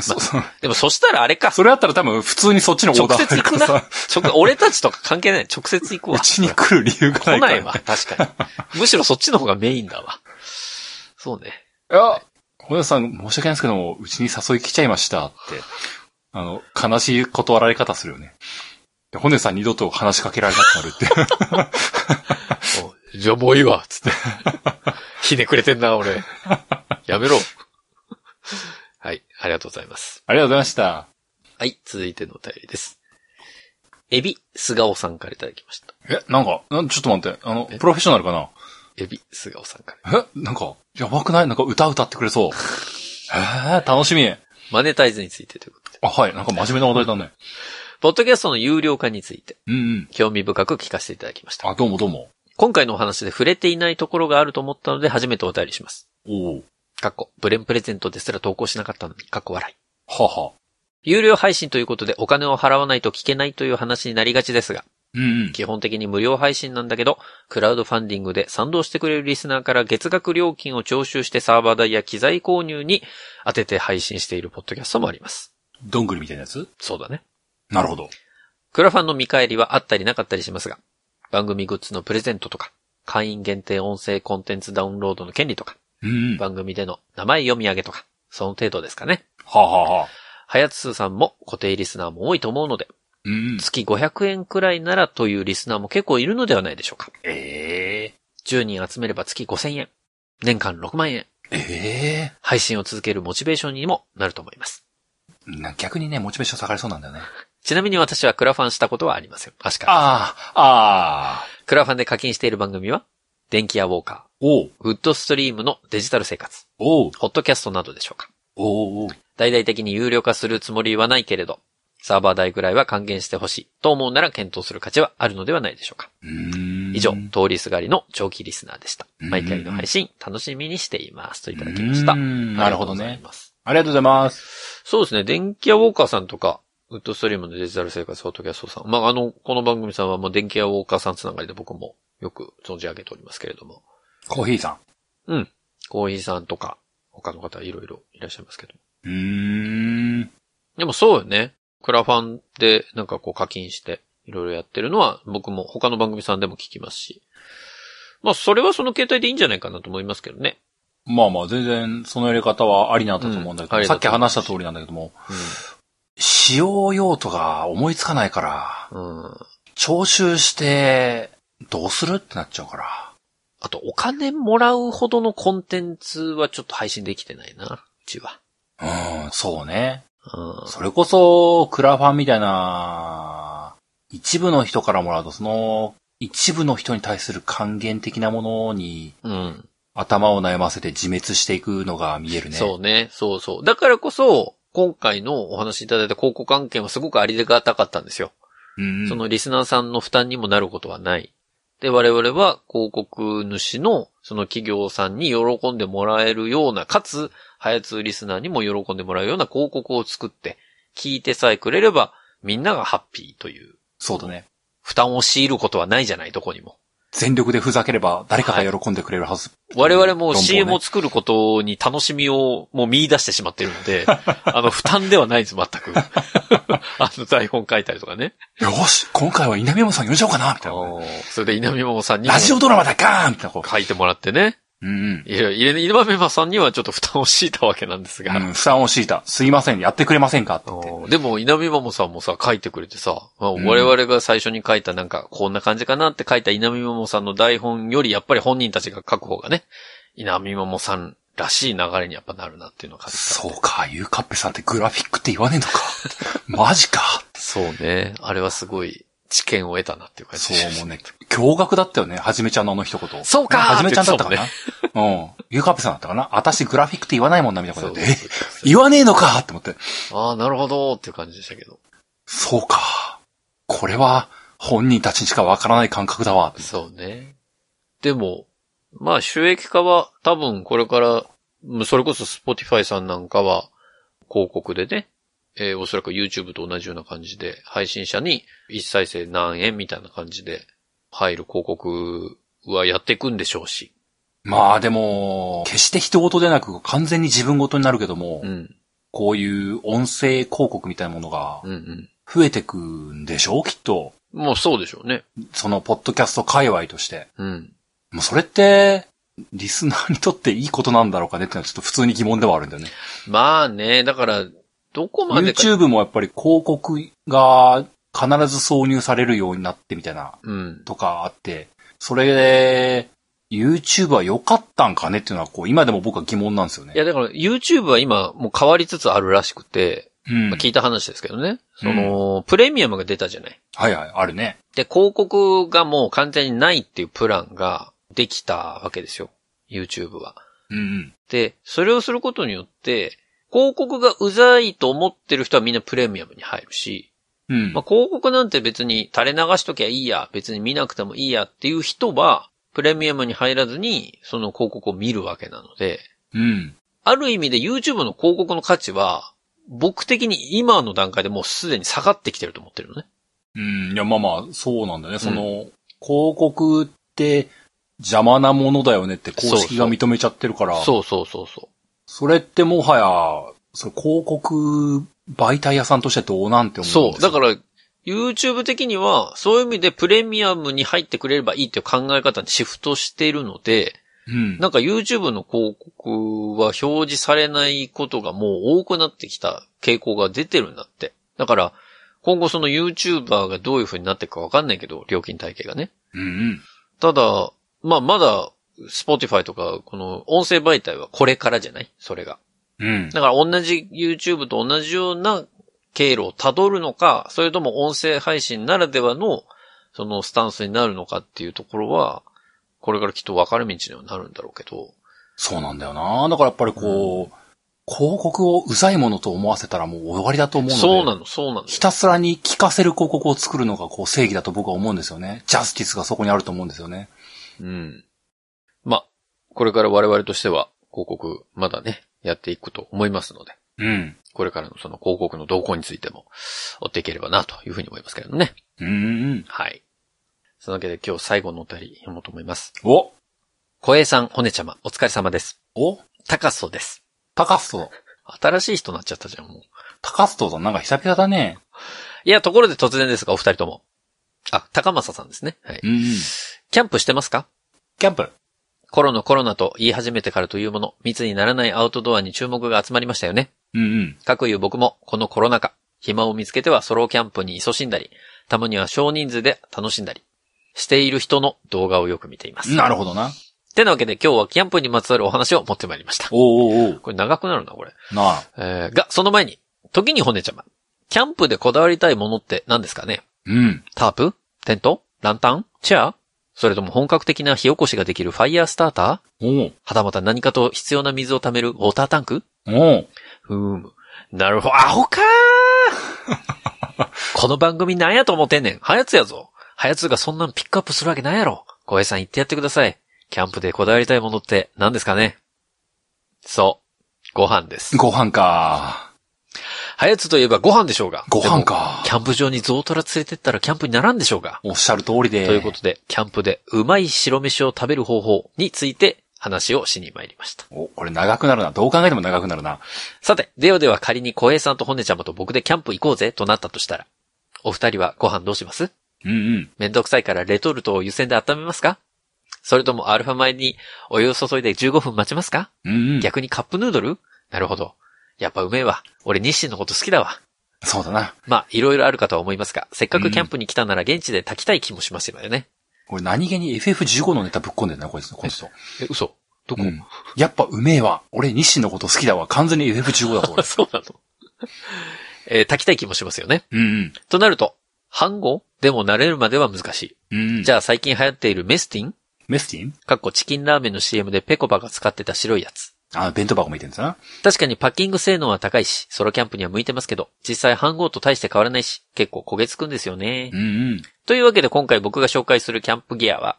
B: そう そう。
A: でもそしたらあれか、
B: それあったら多分普通にそっちのオー
A: 直
B: ダー
A: 接行くな
B: 入るからさ。
A: 直俺たちとか関係ない。直接行くわ。
B: うちに来る理由がないか
A: 来
B: ら。
A: ないわ、確かに。むしろそっちの方がメインだわ。そうね。
B: いや、本田さん、申し訳ないですけども、うちに誘い来ちゃいましたって、あの、悲しい断られ方するよね。で本田さん二度と話しかけられなくなるって。
A: おじゃあもういいわ、つって。ひねくれてんな、俺。やめろ。はい、ありがとうございます。
B: ありがとうございました。
A: はい、続いてのお便りです。エビ、スガオさんからいただきました。
B: え、なんか、なんちょっと待って、あの、プロフェッショナルかな
A: エビ、スガオさんから。
B: え、なんか、やばくないなんか歌歌ってくれそう。えー、楽しみ。あ、
A: マネタイズについてということで。
B: はい。なんか真面目な話題だね。
A: ポッドキャストの有料化について、
B: うんうん。
A: 興味深く聞かせていただきました。
B: あ、どうもどうも。
A: 今回のお話で触れていないところがあると思ったので、初めてお便りします。
B: おう
A: かっこ、ブレンプレゼントですら投稿しなかったのに、かっこ笑い。
B: はは。
A: 有料配信ということでお金を払わないと聞けないという話になりがちですが、
B: うんうん。
A: 基本的に無料配信なんだけど、クラウドファンディングで賛同してくれるリスナーから月額料金を徴収してサーバー代や機材購入に当てて配信しているポッドキャストもあります。
B: どんぐりみたいなやつ
A: そうだね。
B: なるほど。
A: クラファンの見返りはあったりなかったりしますが、番組グッズのプレゼントとか、会員限定音声コンテンツダウンロードの権利とか、
B: うんうん。は
A: 番組での名前読み上げとか、その程度ですかね。
B: あ、はあはあ、
A: はやつすさんも固定リスナーも多いと思うので、
B: うんうん。
A: 月500円くらいならというリスナーも結構いるのではないでしょうか。
B: え
A: 10人集めれば月5000円。年間6万円。
B: ええ
A: 配信を続けるモチベーションにもなると思います。
B: えな逆にね、モチベーション下がりそうなんだよね。
A: ちなみに私はクラファンしたことはありません。確か
B: ああ、ああ、
A: に。クラファンで課金している番組は、電気屋ウォーカ
B: おう、
A: ー、ウッドストリームのデジタル生活、
B: おう、
A: ホットキャストなどでしょうか。
B: おう、おう。
A: 大々的に有料化するつもりはないけれど、サーバー代くらいは還元してほしいと思うなら検討する価値はあるのではないでしょうか。
B: うーん
A: 以上、通りすがりの長期リスナーでした。
B: うん
A: 毎回の配信、楽しみにしています。といただきました。
B: うーんなるほど
A: あ
B: ね
A: りがとうございます
B: ありがとうございます。
A: そうですね、電気屋ウォーカーさんとか、ウッドストリームのデジタル生活、フォトキャストさん。まあ、あの、この番組さんは、もう電気屋ウォーカーさんつながりで僕もよく存じ上げておりますけれども。
B: コーヒーさ
A: うん。コーヒーさんとか、他の方いろいろいらっしゃいますけど。
B: ん。うーん。
A: でもそうよね。クラファンでなんかこう課金していろいろやってるのは僕も他の番組さんでも聞きますし。まあそれはその携帯でいいんじゃないかなと思いますけどね。
B: まあまあ、全然、そのやり方はありなんだと思うんだけど、
A: うんありだと
B: さ
A: 思
B: っ
A: う
B: き話した通りなんだけども、使用用途が思いつかないから、
A: うん。うん。
B: 徴収して、どうするってなっちゃうから。
A: あとお金もらうほどのコンテンツはちょっと配信できてないな。うちは。
B: うん、そうね。
A: うん。
B: それこそ、クラファンみたいな、一部の人からもらうと、その、一部の人に対する還元的なものに
A: うん。
B: 頭を悩ませて自滅していくのが見えるね。
A: そうね。そうそう。だからこそ、今回のお話いただいた広告案件はすごくありがたかったんですよ。
B: うん。
A: そのリスナーさんの負担にもなることはない。で、我々は広告主のその企業さんに喜んでもらえるような、かつ、ハヤツーリスナーにも喜んでもらうような広告を作って、聞いてさえくれれば、みんながハッピーという、
B: そうだね。
A: 負担を強いることはないじゃない、どこにも。
B: 全力でふざければ誰かが喜んでくれるはず。
A: 我々も
B: 論法ね
A: CM を作ることに楽しみをもう見出してしまってるの で、あの、負担ではないです、全く。あの、台本書いたりとかね。
B: よし今回は稲見山さん呼んじゃおうかなみたいな。
A: それで稲見桃さんにも
B: ラジオドラマだガーンみたいなこ
A: 書いてもらってね。
B: う。うん
A: いや、入れ、稲葉メンバーさんにはちょっと負担を強いたわけなんです
B: う
A: が。
B: ん。うん、負担を敷いた。すいません、やってくれませんかって言って。
A: おーでも、稲見マモさんもさ、書いてくれてさ、まあ
B: うん
A: 我々が最初に書いたなんか、こんな感じかなって書いた稲見マモさんの台本より、やっぱり本人たちが書く方がね、稲見マモさんらしい流れにやっぱなるなっていうのは感じた。
B: そうか、ゆうかっぺさんってグラフィックって言わねえのか。マジか。
A: そうね。あれはすごい知見を得たなっていう感じ
B: そう、もうね、驚愕だったよね、はじめちゃんのあの一言。
A: そうかー
B: ねはじめちゃんだったか
A: っ
B: なうん。ゆうかっぺさんだったかな私グラフィックって言わないもんな、みたいな
A: そ
B: こ
A: う
B: とで。え言わねえのかって思って。
A: ああ、なるほどーっていう感じでしたけど。
B: そうか。これは、本人たちにしかわからない感覚だわ。
A: そうね。でも、まあ収益化は多分これから、うんそれこそ Spotify さんなんかは広告でね、えーおそらく YouTube と同じような感じで配信者に一再生何円みたいな感じで入る広告はやっていくんでしょうし。
B: まあでも、決して人事でなく完全に自分事になるけども、
A: うん、
B: こういう音声広告みたいなものが
A: うん、うん。
B: 増えてくんでしょうきっと。
A: もうそうでしょうね。
B: その、ポッドキャスト界隈として。
A: うん。
B: もうそれって、リスナーにとっていいことなんだろうかねってのはちょっと普通に疑問ではあるんだよね。
A: まあね、だから、どこまでか。
B: YouTube もやっぱり広告が必ず挿入されるようになってみたいな
A: うん。
B: とかあって、それで、YouTube は良かったんかねっていうのはこう、今でも僕は疑問なんですよね。
A: いや、だから YouTube は今もう変わりつつあるらしくて、
B: うん。
A: まあ、
B: はい
A: 聞いた話ですけどね。その、プレミアムが出たじゃない。
B: はい、あるね。
A: で、広告がもう完全にないっていうプランができたわけですよ。YouTube は。
B: うんうん。
A: で、それをすることによって、広告がうざいと思ってる人はみんなプレミアムに入るし、
B: うん。
A: まあ、広告なんて別に垂れ流しときゃいいや、別に見なくてもいいやっていう人は、プレミアムに入らずに、その広告を見るわけなので、
B: うん。
A: ある意味で YouTube の広告の価値は、僕的に今の段階でもうすでに下がってきてると思ってるのね。
B: うん。いや、まあまあ、そうなんだよね。その、広告って邪魔なものだよねって公式が認めちゃってるから、
A: そうそうそうそう。
B: それってもはや、それ広告媒体屋さんとしてどうなんて思うんですよ
A: そう。だから、YouTube 的には、そういう意味でプレミアムに入ってくれればいいっていう考え方にシフトしているので、
B: うん。
A: なんか YouTube の広告は表示されないことがもう多くなってきた傾向が出てるんだって。だから、今後その YouTuber がどういう風になっていくかわかんないけど、料金体系がね。
B: うんうん。
A: ただ、まあまだ、Spotify とか、この音声媒体はこれからじゃないそれが。
B: うん。
A: だから同じ YouTube と同じような経路をたどるのか、それとも音声配信ならではの、そのスタンスになるのかっていうところは、これからきっと分かれ道にはなるんだろうけど。
B: そうなんだよな。だからやっぱりこう、広告をうざいものと思わせたらもう終わりだと思うので、
A: そうなの、そうなの。
B: ひたすらに聞かせる広告を作るのがこう正義だと僕は思うんですよね。ジャスティスがそこにあると思うんですよね。
A: うん。まあ、これから我々としては、広告、まだね、やっていくと思いますので、
B: うん。
A: これからのその広告の動向についても、追っていければな、というふうに思いますけれどもね。
B: うんうん。
A: はい。そのわけで今日最後のお便り読もうと思います。
B: お
A: 小江さん、ほねちゃま、お疲れ様です。
B: お
A: 高須です。
B: 高須と。
A: 新しい人になっちゃったじゃん、もう。
B: 高須とさんなんか久々だね。
A: いや、ところで突然ですが、お二人とも。あ、高政さんですね。はい。
B: うんうん。
A: キャンプしてますか
B: キャンプ。
A: コロナコロナと言い始めてからというもの、密にならないアウトドアに注目が集まりましたよね。
B: うんうん。
A: 各いう僕も、このコロナ禍、暇を見つけてはソロキャンプに勤しんだり、たまには少人数で楽しんだり、している人の動画をよく見ています。
B: なるほどな。
A: てなわけで今日はキャンプにまつわるお話を持ってまいりました。
B: おうおうおう
A: これ長くなるな、これ。
B: なあ。
A: えーが、その前に、時に骨ちゃま。キャンプでこだわりたいものって何ですかね
B: うん。
A: タープテントランタンチェアそれとも本格的な火起こしができるファイヤースターター
B: おう
A: はたまた何かと必要な水を貯めるウォータータンク
B: おう
A: ふーむ。なるほど。アホかーこの番組なんやと思ってんねん。はやつやぞ。はやつがそんなんピックアップするわけなんやろ。小江さん言ってやってください。キャンプでこだわりたいものって何ですかねそう。ご飯です。
B: ご飯か。
A: はやつといえばご飯でしょうが。
B: ご飯
A: でも
B: か
A: キ。ャンプ場にゾウトラ連れてったらキャンプにならんでしょうが。
B: おっしゃる通りで。
A: ということで、キャンプでうまい白飯を食べる方法について話をしに参りました。
B: お、これ長くなるな。どう考えても長くなるな。
A: さて、ではでは仮に小平さんとホネちゃまと僕でキャンプ行こうぜとなったとしたら、お二人はご飯どうします
B: うんうん。
A: めんどくさいからレトルトを湯煎で温めますかそれともアルファ米にお湯を注いで15分待ちますか
B: うんうん。
A: 逆にカップヌードルなるほど。やっぱうめえわ。俺日清のこと好きだわ。
B: そうだな。
A: まあ、いろいろあるかとは思いますが、せっかくキャンプに来たなら現地で炊きたい気もしますよね。
B: これ何気に FF15 のネタぶっ込んでんな、こいつ、この人。
A: え、嘘どこ、。
B: うん。やっぱうめえわ。俺、日清のこと好きだわ。完全に FF15 だと 俺
A: そうなの。えー炊きたい気もしますよね。
B: うん
A: となると、半語でも慣れるまでは難し
B: うん。うんうん。
A: い。じゃあ最近流行っているメスティン
B: メスティン
A: かっこチキンラーメンの CM でペコパが使ってた白いやつ。
B: あ、弁当箱見てるんですな。
A: 確かにパッキング性能は高いし、ソロキャンプには向いてますけど、実際半号と大して変わらないし、結構焦げつくんですよね
B: う。んうん。
A: というわけで今回僕が紹介するキャンプギアは、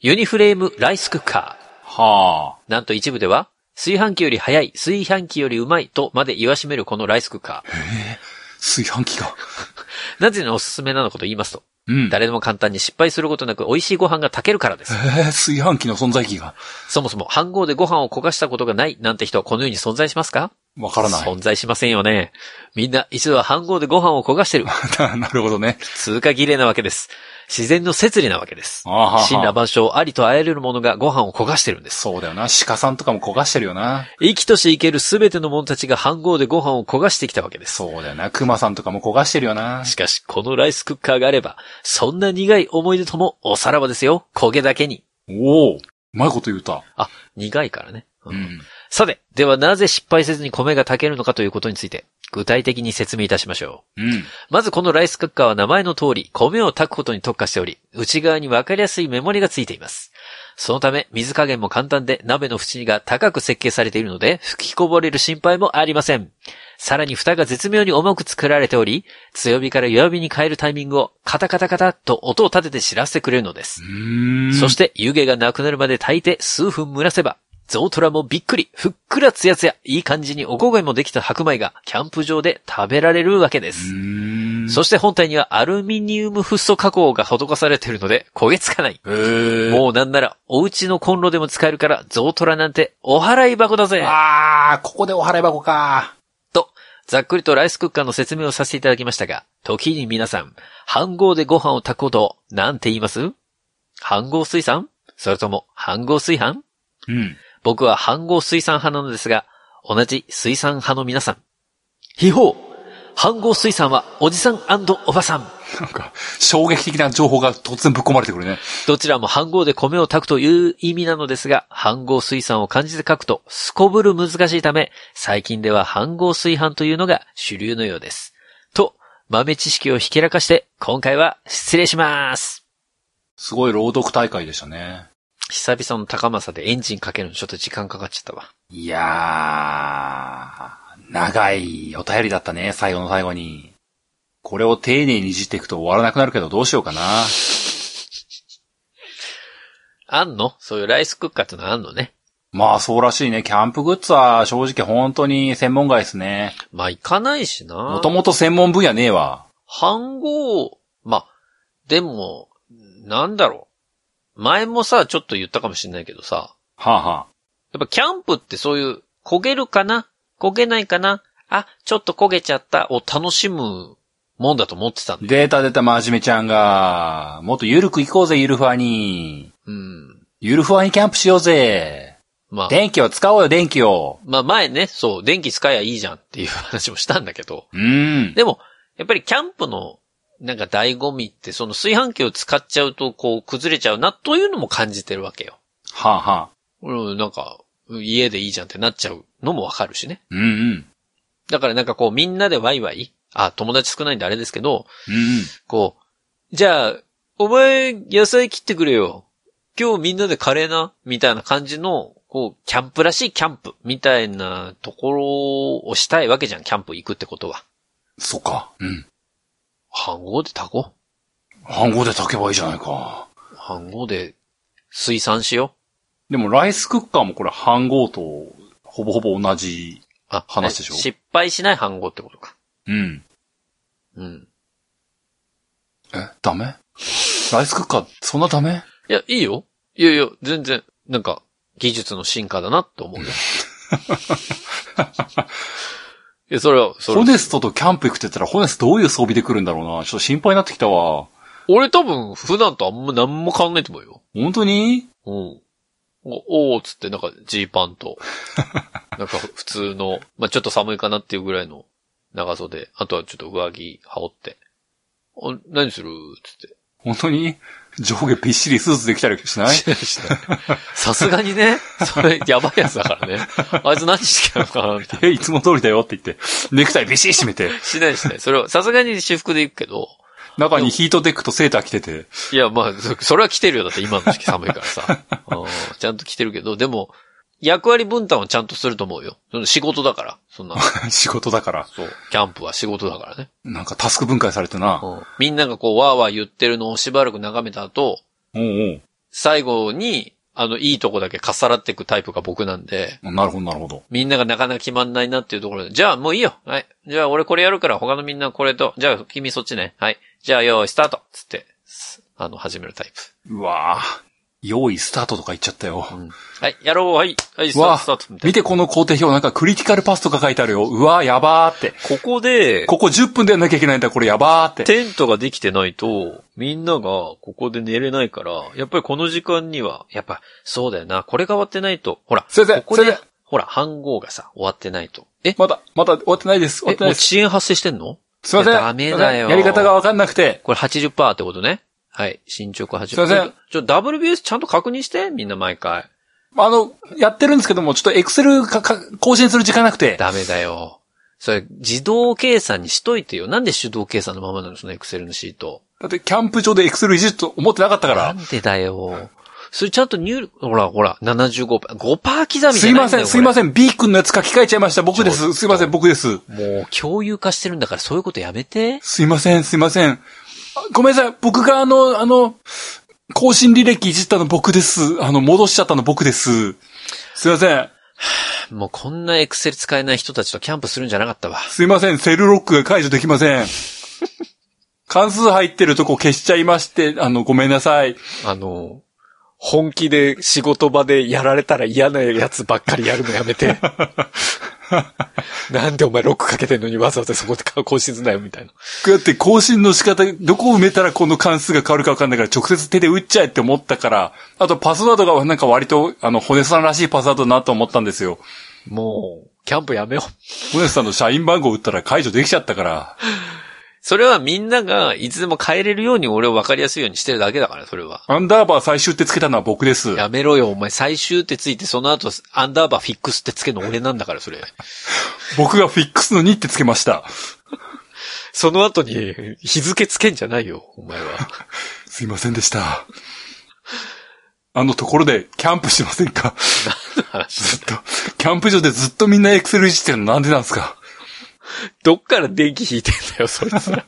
A: ユニフレームライスクッカー。
B: はあ。
A: なんと一部では、炊飯器より早い、炊飯器よりうまいとまで言わしめるこのライスクッカー。
B: 炊飯器が。
A: なぜにおすすめなのかと言いますと、
B: うん。
A: 誰でも簡単に失敗することなく美味しいご飯が炊けるからで
B: え
A: す。
B: ー、炊飯器の存在意義が。
A: そもそも飯合でご飯を焦がしたことがないなんて人はこの世に存在しますか
B: わからない。
A: 存在しませんよね。みんな一度は飯合でご飯を焦がしてる。
B: なるほどね。
A: 通過儀礼なわけです。自然の摂理なわけです。
B: あはは
A: 神羅万象ありとあらゆるものがご飯を焦がしてるんです。
B: そうだよな。鹿さんとかも焦がしてるよな。
A: 生きとし生けるすべての者たちが飯合でご飯を焦がしてきたわけです。
B: そうだよな。熊さんとかも焦がしてるよな。
A: しかし、このライスクッカーがあれば、そんな苦い思い出ともおさらばですよ。焦げだけに。
B: おお。うまいこと言うた。
A: あ、苦いからね。う
B: うんん。
A: さて、ではなぜ失敗せずに米が炊けるのかということについて、具体的に説明いたしましょう。
B: うん。
A: まずこのライスクッカーは名前の通り、米を炊くことに特化しており、内側に分かりやすいメモリがついています。そのため、水加減も簡単で、鍋の縁が高く設計されているので、吹きこぼれる心配もありません。さらに蓋が絶妙に重く作られており、強火から弱火に変えるタイミングを、カタカタカタと音を立てて知らせてくれるのです。
B: うん。
A: そして湯気がなくなるまで炊いて数分蒸らせば、ゾウトラもびっくり、ふっくらツヤツヤ、いい感じにおこがもできた白米がキャンプ場で食べられるわけで
B: う
A: す。
B: ん。
A: そして本体にはアルミニウムフッ素加工が施されているので焦げつかない。
B: えー、
A: もうなんならお家のコンロでも使えるからゾウトラなんてお払い箱だぜ
B: ああ、ここでお払い箱か。
A: と、ざっくりとライスクッカーの説明をさせていただきましたが、時に皆さん、飯合でご飯を炊くことをなんて言います飯合水産それとも飯合炊飯
B: うん。
A: 僕は飯合水産派なのですが、同じ水産派の皆さん。秘宝飯合水産はおじさんおばさん。
B: なんか、衝撃的な情報が突然ぶっ込まれてくるね。
A: どちらも飯合で米を炊くという意味なのですが、飯合水産を漢字で書くとすこぶる難しいため、最近では飯合水飯というのが主流のようです。と、豆知識をひけらかして、今回は失礼します。
B: すごい朗読大会でしたね。
A: 久々の高政でエンジンかけるのちょっと時間かかっちゃったわ。
B: いやー、長いお便りだったね、最後の最後に。これを丁寧にいじっていくと終わらなくなるけどどうしようかな。
A: あんのそういうライスクッカーってのはあんのね。
B: まあそうらしいね。キャンプグッズは正直本当に専門外ですね。
A: まあ、行かないしな。
B: もともと専門分野ねえわ。
A: 飯合、まあ、でも、なんだろう。前もさ、ちょっと言ったかもしれないけどさ、
B: はあ、は
A: やっぱキャンプってそういう、焦げるかな焦げないかなあ、ちょっと焦げちゃったを楽しむもんだと思ってたん
B: あ、
A: だ。
B: データ出た真面目ちゃんが、もっとゆるく行こうぜ、ゆるふわに。
A: うん。
B: ゆるふわにキャンプしようぜ。
A: まあ、
B: 電気を使おうよ、電気を。
A: まあ前ね、そう、電気使えばいいじゃんっていう話もしたんだけど、
B: うん。
A: でも、やっぱりキャンプの、なんか醍醐味って、その炊飯器を使っちゃうと、こう、崩れちゃうなというのも感じてるわけよ。
B: はあ、はあ、
A: うん、なんか、家でいいじゃんってなっちゃうのもわかるしね。
B: うんうん。
A: だからなんかこうみんなでワイワイ、あ、友達少ないんであれですけど、
B: うん
A: こう、じゃあ、お前野菜切ってくれよ。今日みんなでカレーな、みたいな感じの、こう、キャンプらしいキャンプ、みたいなところをしたいわけじゃん、キャンプ行くってことは。
B: そうか。うん。
A: 飯合で炊こ
B: 半合で炊けばいいじゃないか。
A: う。飯合で水産しよ
B: でもライスクッカーもこれ半合とほぼほぼ同じ。
A: う。あ、
B: 話でしょ
A: 失敗しない飯合ってことか。
B: うん。
A: うん。
B: え、ダメライスクッカー、そんなダメ
A: いや、いいよ。いやいや、全然、なんか、技術の進化だなって思 うよ。いや、それは、それ
B: ホ
A: は
B: ネストとキャンプ行くって言ったら、ホネストどういう装備で来るんだろうな。ちょっと心配になってきたわ。
A: 俺多分普段とあんま何も変わんないと思うよ。
B: 本当に
A: うん。おおーっつってなんかジーパン と、なんか普通の、まあ、ちょっと寒いかなっていうぐらいの長袖、あとはちょっと上着羽織って、お何するつって。
B: 本当に上下びっしりスーツできたりしない
A: さすがにね、それやばいやつだからね。あいつ何してきたのかなって。
B: え、いつも通りだよって言って、ネクタイびっしり締めて、
A: しないしない。それはさすがに私服で行くけど、
B: 中にヒートテックとセーター着てて、
A: いや、まあ、そそれは来てるよ。だって今の時期寒いからさ。うんちゃんと来てるけど、でも、役割分担はちゃんとすると思うよ。その仕事だから。そんな、
B: 仕事だから、
A: そう。キャンプは仕事だからね。
B: なんかタスク分解されてな。
A: うんみんながこう、わーわー言ってるのをしばらく眺めた後、
B: おうん
A: 最後に、あの、いいとこだけかっさらっていくタイプが僕なんで、
B: うん。なるほど、なるほど。
A: みんながなかなか決まんないなっていうところで、じゃあもういいよ。はい。じゃあ俺これやるから他のみんなこれと、じゃあ君そっちね。はい。じゃあ用意スタートつって、すあの、始めるタイプ。
B: うわぁ。用意スタートとか言っちゃったよ。
A: はい、やろう、はい、はい、スター
B: わ
A: ト、スタート、み
B: ぁ
A: たい
B: 見
A: な。
B: てこの工程表、なんかクリティカルパスとか書いてあるよ。うわぁ、やばーって。
A: ここで、
B: ここ10分でやんなきゃいけないんだ、これやばーって。
A: テントができてないと、みんながここで寝れないから、やっぱりこの時間には、やっぱ、そうだよな、これが終わってないと、ほら、
B: 先生
A: ここで
B: 先生、
A: ほら、飯号がさ、終わってないと。え、
B: まだ、まだ終わってないです。終わっ
A: え
B: てな
A: も
B: いうです。
A: 遅延発生してんの
B: すいません。
A: やダメだよ
B: やり方がわかんなくて。
A: これ80%ってことね。はい、進捗80%。
B: すいません
A: ちょっと。ちょ、WBS ちゃんと確認して、みんな毎回。
B: あの、やってるんですけども、ちょっとエクセルか、か、更新する時間なくて。
A: ダメだよ。それ、自動計算にしといてよ。なんで手動計算のままなのその Excel のシート。
B: だって、キャンプ場でエクセルいじると思ってなかったか
A: な
B: ら。
A: んでだよ。それちゃんと入力、ほらほら、75%、5%刻みじゃないんだよ
B: すいません、すいま
A: ん。
B: せん。B 君のやつ書き換えちゃいました。僕で
A: ちょっ
B: す。
A: と
B: すいません、僕です。
A: もう共有化してるんだからそういうことやめて。
B: すいません、すいません。あごめんなさい。僕があの、あの、更新履歴いじったの僕です。あの、戻しちゃったの僕です。すいません。
A: もうこんなエクセル使えない人たちとキャンプするんじゃなかったわ。
B: すいません、セルロックが解除できま せん。関数入ってるとこ消しちゃいまして、あの、ごめんなさい。
C: あの、本気で仕事場でやられたら嫌なやつばっかりやるのやめて。なんでお前ロックかけてんのにわざわざそこで顔更新すんなよみたいな。
B: だって更新の仕方、どこを埋めたらこの関数が変わるかわかんないから、直接手で打っちゃえって思ったから、あとパスワードがなんか割と、あの、骨さんらしいパスワードだなと思ったんですよ。
A: もう、
C: キャンプやめよ
B: 骨さんの社員番号打ったら解除できちゃったから。
A: それはみんながいつでも変えれるように俺を分かりやすいようにしてるだけだから、それは。
B: アンダーバー最終ってつけたのは僕です。
A: やめろよ、お前。最終ってついて、その後、アンダーバーフィックスってつけるの俺なんだから、それ。
B: 僕がフィックスの2ってつけました。
C: う。 その後に日付つけんじゃないよ、お前は。
B: すいませんでした。あのところで、キャンプしませんかずっと、キャンプ場でずっとみんなエクセルいじってるのなんでなんですか
C: どっから電気引いてんだよ、そいつら。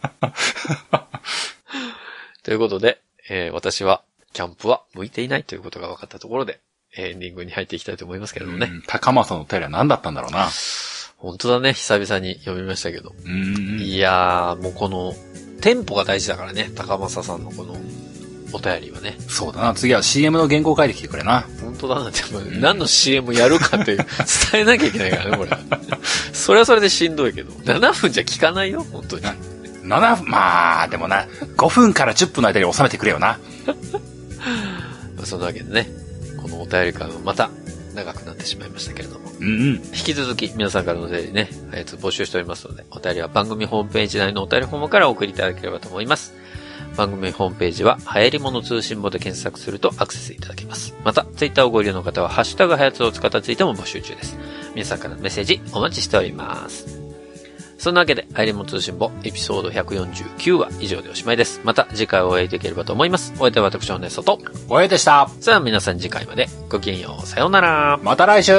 A: ということで、えー私は、キャンプは向いていないということが分かったところで、えーエンディングに入っていきたいと思いますけれどもね。
B: うん高松のお便りは何だったんだろうな。
A: 本当だね、久々に読みましたけど。
B: うん。
A: いやー、もうこの、テンポが大事だからね、高政さんのこの、お便りはね。
B: そうだな。次は CM の原稿書いてきてくれな。
A: 本当だな、でも、何の CM やる かという、伝えなきゃいけないからね、これ。それはそれでしんどいけど。7分じゃ聞かないよ、本当に。
B: 7分、まあ、でもな、5分から10分の間に収めてくれよな。
A: まあそんなわけでね、このお便り会もまた長くなってしまいましたけれども、
B: うんうん。
A: 引き続き皆さんからのお便りね、えー、募集しておりますので、お便りは番組ホームページ内のお便りフォームからお送りいただければと思います。番組ホームページは、流行り物通信簿で検索するとアクセスいただけます。また、ツイッターをご利用の方は、ハッシュタグはやつを使ったツイートも募集中です。皆さんからのメッセージお待ちしております。そんなわけで、流行り物通信簿エピソード149は以上でおしまいです。また次回お会いできればと思います。お相手は私、のねそと。
B: おやでした。
A: さあ皆さん次回までごきげんよう。さようなら。
B: また来週